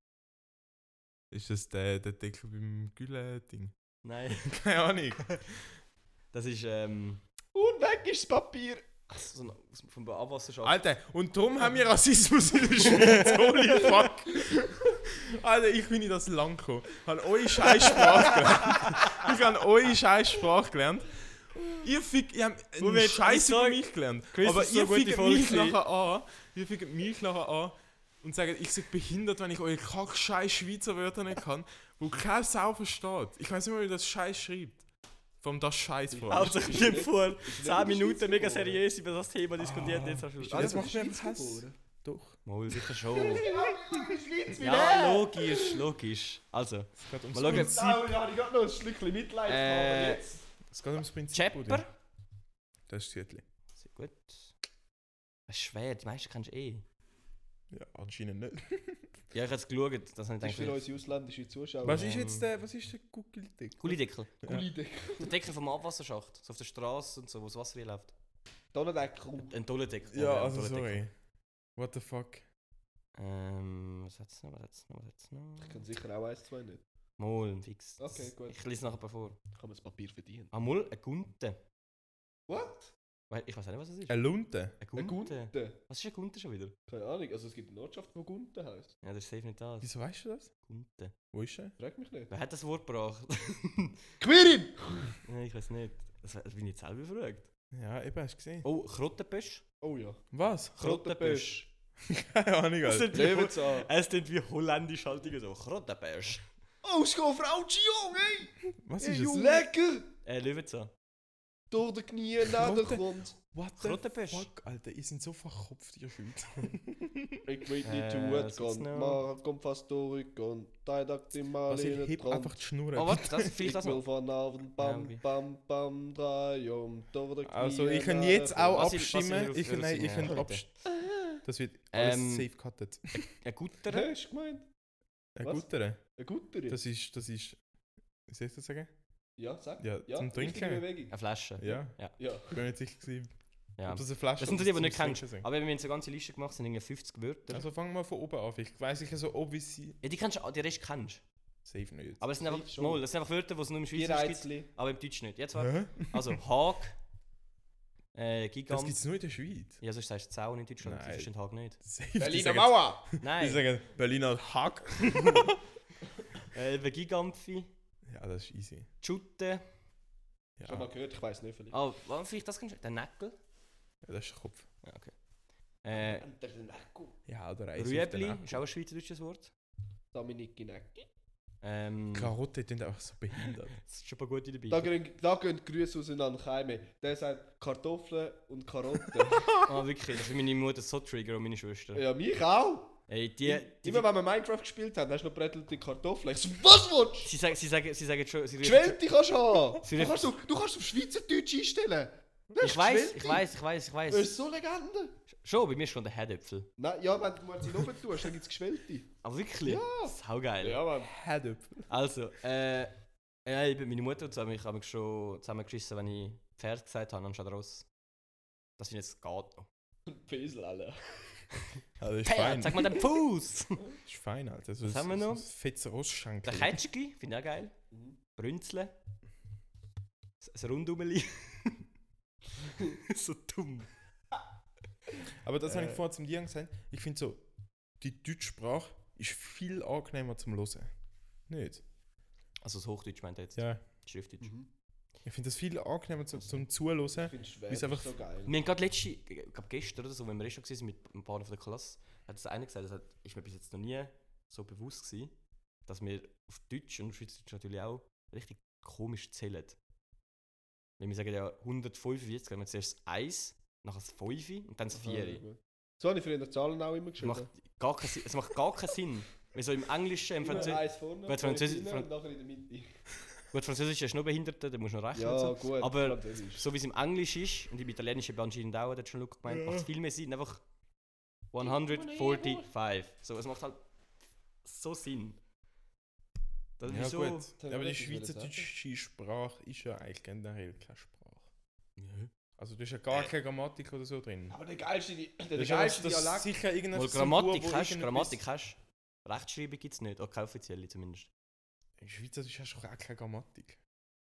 Speaker 4: Ist das der, der Deckel beim Gülle-Ding?
Speaker 2: Nein.
Speaker 4: Keine Ahnung.
Speaker 2: Das ist ähm,
Speaker 3: Und weg ist das Papier!
Speaker 2: so ein, aus- vom Abwasserschaft.
Speaker 4: Alter, und darum haben wir Rassismus in der Schweiz. Holy fuck. Alter, ich bin in das lang gekommen. Ich habe eure scheiß Sprache gelernt. Ich habe eure scheiß Sprache gelernt. Ihr fickt, ihr habt einen
Speaker 2: Moment, ich
Speaker 4: Scheiß über
Speaker 2: sag-
Speaker 4: mich gelernt.
Speaker 2: Chris,
Speaker 4: aber
Speaker 2: das ist so
Speaker 4: ihr
Speaker 2: eine gute
Speaker 4: fickt
Speaker 2: Folge
Speaker 4: mich
Speaker 2: gewesen.
Speaker 4: nachher an. Ihr fickt mich nachher an und sagt, ich sei behindert, wenn ich eure kack scheiß Schweizer Wörter nicht kann, wo keine Sau versteht. Ich weiß nicht mehr, wie das Scheiß schreibt. Vom das Scheiß vor. allem.
Speaker 2: Also, ich bin vor 10 Minuten
Speaker 3: Schweizer
Speaker 2: mega
Speaker 3: geworden?
Speaker 2: seriös über das Thema diskutiert. Jetzt hast du schon.
Speaker 4: Ah. das macht mir einen Hass. Doch.
Speaker 2: Mal sicher schon.
Speaker 3: Schweiz
Speaker 2: Ja, logisch, logisch. Also,
Speaker 4: Es geht ums
Speaker 2: Mal schauen.
Speaker 4: Prinzip.
Speaker 3: Ah, und da habe ich gerade noch ein Schlückchen Mitleid
Speaker 2: Äh,
Speaker 3: gehabt, jetzt.
Speaker 4: Es geht ums Prinzip.
Speaker 2: Chapper.
Speaker 4: Das ist Tütli.
Speaker 2: Sehr gut. Das ist schwer, die meisten kennst du eh.
Speaker 4: Ja, anscheinend nicht.
Speaker 2: Ja, ich habe es geschaut, das habe ich
Speaker 3: Das ist für
Speaker 2: gedacht.
Speaker 3: unsere ausländischen Zuschauer.
Speaker 4: Was
Speaker 2: Ähm.
Speaker 4: ist jetzt der, was ist der Google-Dick?
Speaker 2: Gullideckel.
Speaker 3: Gullideckel.
Speaker 2: Der Deckel vom Abwasserschacht. So auf der Straße und so, wo das Wasser reinläuft.
Speaker 3: Tonnendeckel.
Speaker 2: Ein toller Deckel.
Speaker 4: Ja,
Speaker 2: ein
Speaker 4: also
Speaker 2: toller Deckel.
Speaker 4: sorry. What the fuck?
Speaker 2: Ähm, was hat's noch, was hat's noch, was hat's noch?
Speaker 3: Ich kann sicher auch eins, zwei nicht.
Speaker 2: Mol, fix. Das-
Speaker 3: Okay, gut.
Speaker 2: Ich lese nachher vor.
Speaker 3: Ich kann mir das Papier verdienen.
Speaker 2: Ah, Mol, eine Gunte.
Speaker 3: What?
Speaker 2: Wei- Ich weiß nicht, was das ist.
Speaker 4: Eine Lunte?
Speaker 2: Eine
Speaker 3: Eine
Speaker 2: Gunte?
Speaker 3: Gunte?
Speaker 2: Was ist eine Gunte schon wieder?
Speaker 3: Keine Ahnung. Also es gibt eine Ortschaft, die Gunte heisst.
Speaker 2: Ja, das ist safe nicht das.
Speaker 4: Wieso weißt du das?
Speaker 2: Gunte.
Speaker 4: Wo ist er?
Speaker 3: Frag mich nicht.
Speaker 2: Wer hat das Wort gebracht?
Speaker 3: Quirin!
Speaker 2: Nein, ich weiß nicht. Das, we- das bin ich jetzt selber gefragt.
Speaker 4: Ja, eben hast du gesehen.
Speaker 2: Oh, Krottenbösch?
Speaker 3: Oh ja.
Speaker 4: Was?
Speaker 2: Krottenbösch.
Speaker 4: Keine Ahnung,
Speaker 2: Das
Speaker 4: Alter.
Speaker 2: sind wie Hol-
Speaker 3: an.
Speaker 2: Es sind wie holländisch halt irgendwie so. Krottenbösch.
Speaker 3: Oh, es geht Frautsch, Junge! ey!
Speaker 4: Was
Speaker 3: Ey,
Speaker 4: ist es?
Speaker 3: Junge. Lecker!
Speaker 2: Äh, Löwenzahn.
Speaker 3: Durch die Knie, nach der
Speaker 4: Rote-
Speaker 3: Grund.
Speaker 4: What
Speaker 2: Krottenbösch.
Speaker 4: Alter? Ihr seid so verkopft, ihr Schweizer.
Speaker 3: Ich will
Speaker 2: Äh,
Speaker 3: nicht zu gut
Speaker 2: was gibt's
Speaker 3: gehen.
Speaker 2: noch?
Speaker 3: Mara kommt fast durch und Teidak die
Speaker 4: Also
Speaker 3: Marine
Speaker 4: ich heb einfach die Schnur.
Speaker 2: Oh, warte, das,
Speaker 3: Ich
Speaker 2: vielleicht das
Speaker 3: will
Speaker 2: noch.
Speaker 3: von Abend
Speaker 2: Ja,
Speaker 3: bam,
Speaker 2: okay.
Speaker 3: bam, bam, drei um, durch die Knie.
Speaker 4: also ich kann
Speaker 3: nach
Speaker 4: jetzt
Speaker 3: der
Speaker 4: auch
Speaker 2: Was ist- was
Speaker 4: abstimmen.
Speaker 2: ist-
Speaker 4: ich
Speaker 2: was
Speaker 4: kann, nein,
Speaker 2: ist-
Speaker 4: ich kann
Speaker 2: Leute.
Speaker 4: abstimmen. Das wird alles
Speaker 2: Ähm.
Speaker 4: safe cuttet.
Speaker 2: Ein
Speaker 3: Grund.
Speaker 2: guter.
Speaker 3: Hast du gemeint?
Speaker 4: Ein
Speaker 3: Was?
Speaker 4: guter. Dus-
Speaker 3: Ein guter?
Speaker 4: Das ist, das ist. Wie soll ich das sagen?
Speaker 3: Ja, sag.
Speaker 4: Ja, zum
Speaker 3: richtige
Speaker 4: Trinken.
Speaker 3: Bewegung.
Speaker 2: Eine Flasche.
Speaker 4: Ja,
Speaker 3: Ja.
Speaker 4: ich bin mir nicht sicher gewesen,
Speaker 2: Ja.
Speaker 4: ob das eine Flasche
Speaker 2: Das sind die,
Speaker 4: oder
Speaker 2: die
Speaker 4: zum
Speaker 2: du nicht
Speaker 4: Trinken
Speaker 2: kennst.
Speaker 4: sind.
Speaker 2: Aber wenn wir jetzt eine ganze Liste gemacht haben, sind irgendwie 50 Wörter.
Speaker 4: Also fangen wir von oben an. Ich weiß nicht so, ob ich sie...
Speaker 2: Ja, die kennst du, die Rest kennst du.
Speaker 4: Safe nicht.
Speaker 2: Aber es sind
Speaker 3: Ich
Speaker 2: einfach,
Speaker 3: schon.
Speaker 2: mal, das sind einfach Wörter, die es nur im
Speaker 3: Vier
Speaker 2: Schweizerisch gibt,
Speaker 3: Reizli.
Speaker 2: aber im Deutsch nicht. Jetzt warte.
Speaker 4: Hä?
Speaker 2: Also Haag, äh,
Speaker 4: Das
Speaker 2: Gigant.
Speaker 4: gibt es nur in der Schweiz.
Speaker 2: Ja, sonst sagst du Zaun in Deutschland,
Speaker 4: Nein.
Speaker 2: das ist ein Haag nicht.
Speaker 4: Safe. die
Speaker 5: Berliner
Speaker 4: sagen-
Speaker 5: Mauer!
Speaker 4: Die
Speaker 2: Nein,
Speaker 4: sagen Berliner Hack.
Speaker 2: äh, eben Gigampfi,
Speaker 4: Ja, das ist easy.
Speaker 2: Tschutte,
Speaker 4: Ja,
Speaker 3: Schon mal
Speaker 4: ja
Speaker 3: gehört, ich weiß nicht vielleicht.
Speaker 2: ah, oh, vielleicht das kennst du, der Neckel.
Speaker 4: das ist der Kopf.
Speaker 2: Ja, okay. Äh,
Speaker 3: Und der Necku.
Speaker 4: Ja, oder Reis
Speaker 2: Rüebli Hm. ist auch ein schweizerdeutsches Wort.
Speaker 3: Dominik Ginecki.
Speaker 2: Ähm,
Speaker 4: Karotte klingt einfach so behindert.
Speaker 2: das ist schon ein paar gute dabei.
Speaker 3: Da gehen, da gehen Grüße auseinander Keime. Der sagt Kartoffeln und Karotten.
Speaker 2: Ah, wirklich, das ist meine Mutter so trigger und meine Schwester.
Speaker 3: ja, mich auch.
Speaker 2: Ey, die, die,
Speaker 3: Immer wenn wir Minecraft gespielt haben, hast du noch brettelte Kartoffeln. Ich so, was willst
Speaker 2: sie, sagen, sie, sagen, sie sagen schon, sie
Speaker 3: du? Geschwellte kannst du haben.
Speaker 2: Sie
Speaker 3: Du
Speaker 2: rufen-
Speaker 3: kannst, auf, du kannst auf Schweizerdeutsch einstellen. Das ist
Speaker 2: Ich weiß,
Speaker 3: Geschwellte.
Speaker 2: ich weiß, ich weiß, ich
Speaker 3: Das
Speaker 2: weiß.
Speaker 3: ist so eine Legende.
Speaker 2: Schon, bei mir ist schon der Herdöpfel.
Speaker 3: Nein, ja, wenn du mal sie oben tust, dann gibt es Geschwellte.
Speaker 2: Aber wirklich? Ja. Saugeil.
Speaker 3: Mann.
Speaker 4: Headöpfel.
Speaker 2: Also, äh, ja, ich bin meine Mutter und so haben mich, haben mich schon zusammengeschissen, wenn ich Pferd gesagt habe, anstatt Ross. Das finde ich jetzt geht noch.
Speaker 3: Pesel, Alter.
Speaker 4: Ja, das ist fein.
Speaker 2: Pferd, sag mal den Fuß!
Speaker 4: Das ist fein, Alter. So
Speaker 2: Was
Speaker 4: ein-
Speaker 2: haben wir
Speaker 4: so
Speaker 2: noch?
Speaker 4: ein Fettes Rostschank.
Speaker 2: der Kätschki, finde ich auch geil.
Speaker 3: Mhm.
Speaker 2: Brünzle. Das ein Rundumeli. so dumm.
Speaker 4: Aber das habe
Speaker 2: Äh.
Speaker 4: ich vorher zum Dian gesagt. Ich finde so, die deutsche Sprache ist viel angenehmer zum Hören. Nicht?
Speaker 2: Also das Hochdeutsch meint er jetzt,
Speaker 4: Ja.
Speaker 2: Schriftdeutsch.
Speaker 4: Ich finde das viel angenehmer zum, zum Zuhören.
Speaker 3: Ich finde
Speaker 4: Ist
Speaker 3: Schwäbisch
Speaker 4: einfach-
Speaker 3: so geil.
Speaker 2: Wir haben gerade letzte, ich glaube gestern oder so, wenn wir Restaurant waren mit ein paar von der Klasse, hat das einer gesagt, das hat, ist mir bis jetzt noch nie so bewusst gewesen, dass wir auf Deutsch und auf Schweizerdeutsch natürlich auch richtig komisch zählen. Wenn wir sagen ja 145, haben wir zuerst das 1, nachher das 5 und dann das 4.
Speaker 3: So habe ich früher die Zahlen auch immer
Speaker 2: Es
Speaker 3: geschrieben.
Speaker 2: macht gar keinen Sinn. Es macht gar keinen Sinn. Weil so im Englischen, im
Speaker 3: Immer
Speaker 2: Französischen,
Speaker 3: eins vorne,
Speaker 2: Weil
Speaker 3: zwei
Speaker 2: Französisch-
Speaker 3: hinten
Speaker 2: Fran-
Speaker 3: und nachher in der Mitte.
Speaker 2: gut, Französisch ist noch behindert, da musst du noch rechnen und
Speaker 3: Ja,
Speaker 2: so.
Speaker 3: gut.
Speaker 2: aber
Speaker 3: Französisch.
Speaker 2: So wie es im Englisch ist und im Italienischen bei anscheinend auch, hat schon Luke gemeint, macht es viel mehr Sinn. Einfach 145. So, es macht halt so Sinn. Das,
Speaker 4: Ja,
Speaker 2: wieso?
Speaker 4: gut. Aber die
Speaker 3: Theoretisch würde ich
Speaker 4: schweizerdeutsche Sprache ist ja eigentlich generell keine Sprache. Also da ist ja gar keine Grammatik oder so drin.
Speaker 3: Aber der geilste, Di- der
Speaker 4: Das ist
Speaker 3: geilste
Speaker 4: einfach- das ist
Speaker 3: Dialekt.
Speaker 4: sicher irgendein
Speaker 2: Mal
Speaker 4: Symbol,
Speaker 2: Grammatik
Speaker 4: wo
Speaker 2: hast,
Speaker 4: irgendetwas-
Speaker 2: Grammatik hast. Rechtschreibung gibt es nicht, auch keine offizielle zumindest.
Speaker 4: In Schweizerdeutsch hast du auch keine Grammatik.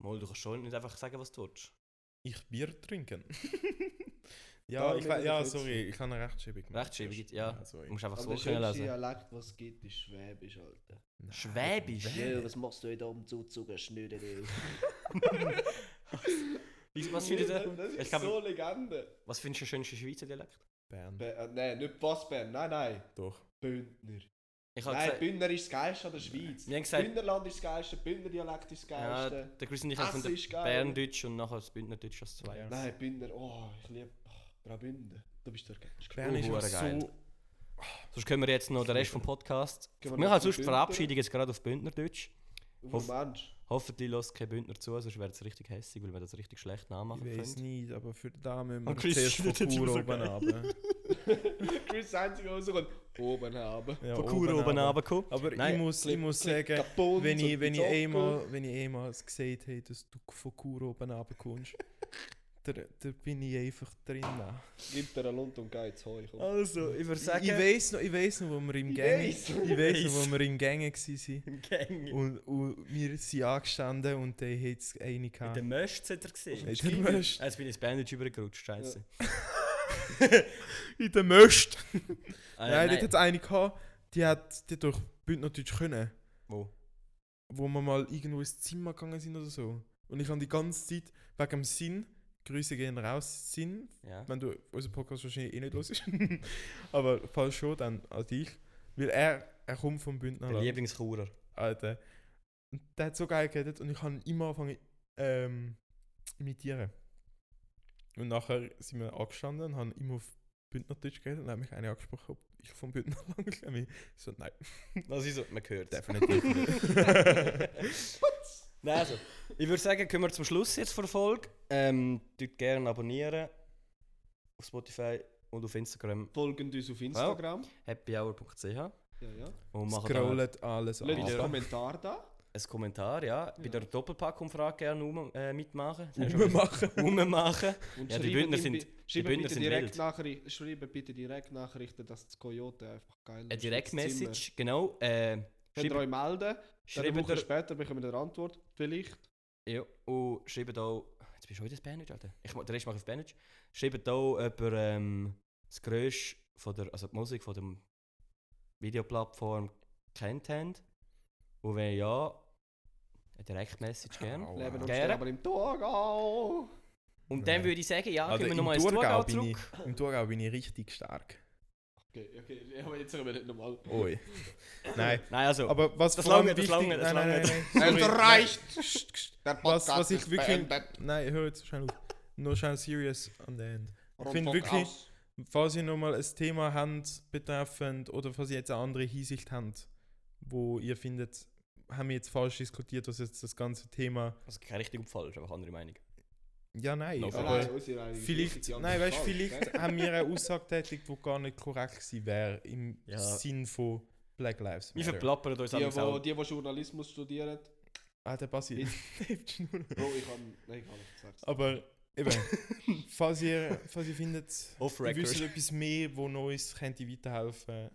Speaker 2: Mal, du kannst schon nicht einfach sagen, was du willst.
Speaker 4: Ich Bier trinken. ja,
Speaker 3: Da
Speaker 4: ich
Speaker 3: bin
Speaker 4: weiß,
Speaker 3: ich
Speaker 4: ja,
Speaker 3: jetzt.
Speaker 4: sorry, ich habe eine Rechtschreibung gemacht. genau
Speaker 2: Rechtschreibung gibt ja.
Speaker 4: sorry.
Speaker 2: Du musst einfach
Speaker 3: Aber
Speaker 2: so
Speaker 3: der
Speaker 2: können
Speaker 3: schönste
Speaker 2: lesen.
Speaker 3: Dialekt, was es gibt, ist Schwäbisch, Alter.
Speaker 4: Nein.
Speaker 2: Schwäbisch?
Speaker 4: Hä?
Speaker 3: was machst du heute Abend zu Zucker schnüren, ey?
Speaker 2: Wie- Was findest
Speaker 3: Das
Speaker 2: du?
Speaker 3: ist
Speaker 2: Ich
Speaker 3: so
Speaker 2: glaub,
Speaker 3: eine Legende.
Speaker 2: was findest du den schönsten Schweizer Dialekt?
Speaker 4: Bern.
Speaker 3: Be äh, nein, nicht Bassbären, nein, nein.
Speaker 4: Doch.
Speaker 3: Bündner.
Speaker 2: Ich hab
Speaker 3: Nein,
Speaker 2: gesagt,
Speaker 3: Bündner ist das geilste an der Schweiz.
Speaker 2: wir haben gesagt,
Speaker 3: Bündnerland ist das geilste, Bündner Dialekt ist das
Speaker 2: ja,
Speaker 3: geilste.
Speaker 2: der Chris und ich
Speaker 3: Das
Speaker 2: haben von der
Speaker 3: ist geil.
Speaker 2: Berndeutsch und nachher das Bündnerdeutsch als zwei.
Speaker 4: Ja.
Speaker 3: Nein, Bündner, oh, ich liebe Graubünden. Du bist der Geilste.
Speaker 4: Bern ist
Speaker 2: Oh,
Speaker 4: auch
Speaker 2: hure geil.
Speaker 4: so...
Speaker 2: Sonst können wir jetzt noch den Rest vom Podcast.
Speaker 3: Gehen
Speaker 2: Wir
Speaker 3: wir
Speaker 2: haben
Speaker 3: noch
Speaker 2: sonst
Speaker 3: zum
Speaker 2: die
Speaker 3: Bündner?
Speaker 2: Verabschiedung jetzt gerade auf Bündnerdeutsch.
Speaker 3: Auf
Speaker 2: Hoff-
Speaker 3: den Mensch.
Speaker 2: Hoffentlich lässt kein Bündner zu, sonst wäre es richtig hässig, weil wir das richtig schlecht nachmachen
Speaker 4: Ich weiß
Speaker 2: können.
Speaker 4: nicht, aber für die Dame
Speaker 2: Ah, Chris schneidet die so geil.
Speaker 4: runter.
Speaker 3: Chris, das einzige, was rauskommt, oben haben.
Speaker 4: Ja,
Speaker 2: Von Kur oben
Speaker 4: runter.
Speaker 2: runtergekommen.
Speaker 4: Aber
Speaker 2: Nein,
Speaker 4: ich muss, ich muss sagen,
Speaker 3: Kaputt
Speaker 4: wenn ich,
Speaker 3: und
Speaker 4: wenn ich
Speaker 3: Zocker.
Speaker 4: einmal, wenn ich einmal es gesehen habe, dass du von Kur oben runterkommst, da, da bin ich einfach drin.
Speaker 3: Gib dir einen Lund und geh ins Heu. Komm.
Speaker 2: Also, ich würde
Speaker 4: Ich weiß noch, ich weiß noch, wo wir im Gang, ich
Speaker 3: weiss.
Speaker 4: weiß noch,
Speaker 2: weiss.
Speaker 4: wo wir im Gang waren.
Speaker 2: im Gang.
Speaker 4: Und, und wir sind angestanden und dann hat es eine
Speaker 2: Mit dem
Speaker 4: gehabt.
Speaker 2: Möst hat er gesehen.
Speaker 4: In der Möst.
Speaker 2: Jetzt bin ich ins Berndeutsch übergerutscht, scheiße.
Speaker 4: In der Möst.
Speaker 2: Äh,
Speaker 4: nein, dort hat es eine gehabt, die hat die hat durch Bündnerdeutsch können.
Speaker 2: Wo?
Speaker 4: wo wir mal irgendwo ins Zimmer gegangen sind oder so. Und ich habe die ganze Zeit wegen dem Sinn, Grüße gehen raus, Sinn,
Speaker 2: Ja.
Speaker 4: wenn du unseren Podcast wahrscheinlich eh nicht los ist, aber falls schon, dann an dich. Weil er, er kommt vom
Speaker 2: Der
Speaker 4: Bündnerland,
Speaker 2: Lieblingschurer.
Speaker 4: Alter. Und der hat so geil geredet und ich habe immer angefangen ähm, imitieren. Und nachher sind wir angestanden und haben immer auf Bündnerdeutsch geredet und dann hat mich einer angesprochen, ob ich vom Bündnerland komme. Ich so, nein,
Speaker 2: Das ist so, man hört
Speaker 4: definitiv nicht.
Speaker 2: Nein, also, ich würde sagen, können wir zum Schluss jetzt verfolgen. Ähm, dort gerne abonnieren auf Spotify und auf Instagram
Speaker 3: Folgt uns auf Instagram.
Speaker 2: happyhour.ch
Speaker 3: Ja, ja.
Speaker 2: und machen dann-
Speaker 4: Scrollt alles
Speaker 3: Lasst uns
Speaker 2: Wieder-
Speaker 3: Kommentar da.
Speaker 2: halt ein Kommentar, ja. Bei der Doppelpack-Umfrage gerne um, äh, mitmachen. Das hast du schon
Speaker 4: Ummachen.
Speaker 2: gesagt. Rummachen.
Speaker 3: Und
Speaker 2: Ja, die
Speaker 3: schreiben
Speaker 2: Bündner
Speaker 3: ihm
Speaker 2: sind-
Speaker 3: bi- schreiben
Speaker 2: Bündner
Speaker 3: bitte
Speaker 2: sind
Speaker 3: direkt
Speaker 2: wild.
Speaker 3: Nachrichten, schreiben bitte direkt Nachrichten, dass das Coyote einfach geil ist.
Speaker 2: Eine
Speaker 3: das Zimmer.
Speaker 2: Direktmessage, genau. Äh,
Speaker 3: Könnt ihr
Speaker 2: schreibt,
Speaker 3: euch melden, dann eine
Speaker 2: schreibt,
Speaker 3: Woche
Speaker 2: ihr-
Speaker 3: später bekommt ihr eine Antwort, vielleicht.
Speaker 2: ja, und schreibt auch. Jetzt bist du heute auf Bernage, Alter. Ich, ma- den Rest mache ich auf Bernage. Schreibt auch über ähm, das Größte von der, also die Musik von der Videoplattform kennt habt. Und wenn ja, eine Direktmessage gerne.
Speaker 4: Aua.
Speaker 3: Leben und
Speaker 2: Gerne.
Speaker 3: Sterben im Torgau!
Speaker 2: Und dann
Speaker 4: Nein.
Speaker 2: würde ich sagen, ja,
Speaker 4: Also
Speaker 2: gehen wir
Speaker 4: im
Speaker 2: nochmal ins Thurgau
Speaker 4: Thurgau bin ich-
Speaker 2: zurück.
Speaker 4: Im Thurgau bin ich richtig stark.
Speaker 3: Okay, okay, aber jetzt reden wir nicht nochmal.
Speaker 4: Oi. Nein,
Speaker 2: Nein, also,
Speaker 4: aber was
Speaker 2: Das
Speaker 4: vor allem
Speaker 2: lange, das
Speaker 4: wichtig-
Speaker 2: lange, das
Speaker 4: nein, nein,
Speaker 2: lange.
Speaker 4: nein, nein, sorry.
Speaker 5: reicht! Der
Speaker 4: Was, was ich wirklich. Nein, hör jetzt wahrscheinlich auf. Nur schnell serious an the end. Ich finde wirklich, falls ihr nochmal ein Thema habt betreffend oder falls ihr jetzt eine andere Hinsicht habt, wo ihr findet, haben wir jetzt falsch diskutiert, was jetzt das ganze Thema.
Speaker 2: also kein richtig und falsch, einfach andere Meinung.
Speaker 4: Ja, nein.
Speaker 2: No,
Speaker 4: aber
Speaker 2: nein,
Speaker 4: vielleicht, nein, weißt, vielleicht haben wir eine Aussage tätigt, die gar nicht korrekt gewesen wäre im
Speaker 2: Ja.
Speaker 4: Sinn von Black Lives
Speaker 2: Wir
Speaker 4: Matter.
Speaker 2: verplappern uns
Speaker 3: Die,
Speaker 2: alles
Speaker 3: wo,
Speaker 2: auch.
Speaker 3: die, wo Journalismus studieren,
Speaker 4: Ah, der Basi.
Speaker 3: Bro, ich kann. Nein, ich kann nicht gesagt.
Speaker 4: aber eben, falls ihr, falls ihr findet,
Speaker 2: Off
Speaker 4: Wir
Speaker 2: record.
Speaker 4: wissen etwas mehr, wo uns könnte weiterhelfen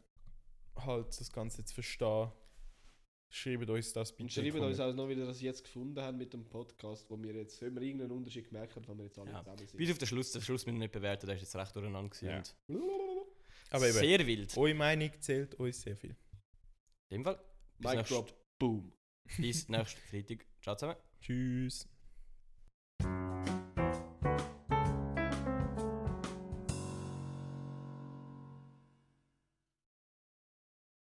Speaker 4: halt das Ganze zu verstehen. Schreibt uns das bitte.
Speaker 3: Und schreiben
Speaker 4: in die
Speaker 3: uns auch noch wieder, dass wir jetzt gefunden haben mit dem Podcast, wo wir jetzt immer irgendeinen Unterschied gemerkt haben, wenn wir jetzt alle
Speaker 2: Ja.
Speaker 3: zusammen sind.
Speaker 2: Bis auf den Schluss, den Schluss müssen wir nicht bewerten, der ist jetzt recht durcheinander gewesen.
Speaker 4: Ja.
Speaker 2: Und
Speaker 4: Kommentare. Aber eben,
Speaker 2: sehr wild.
Speaker 4: eure Meinung zählt uns sehr viel.
Speaker 2: In dem Fall, bis
Speaker 3: Mic
Speaker 2: nächst-
Speaker 3: drop, boom.
Speaker 2: bis nächsten Freitag. Ciao zusammen.
Speaker 4: Tschüss.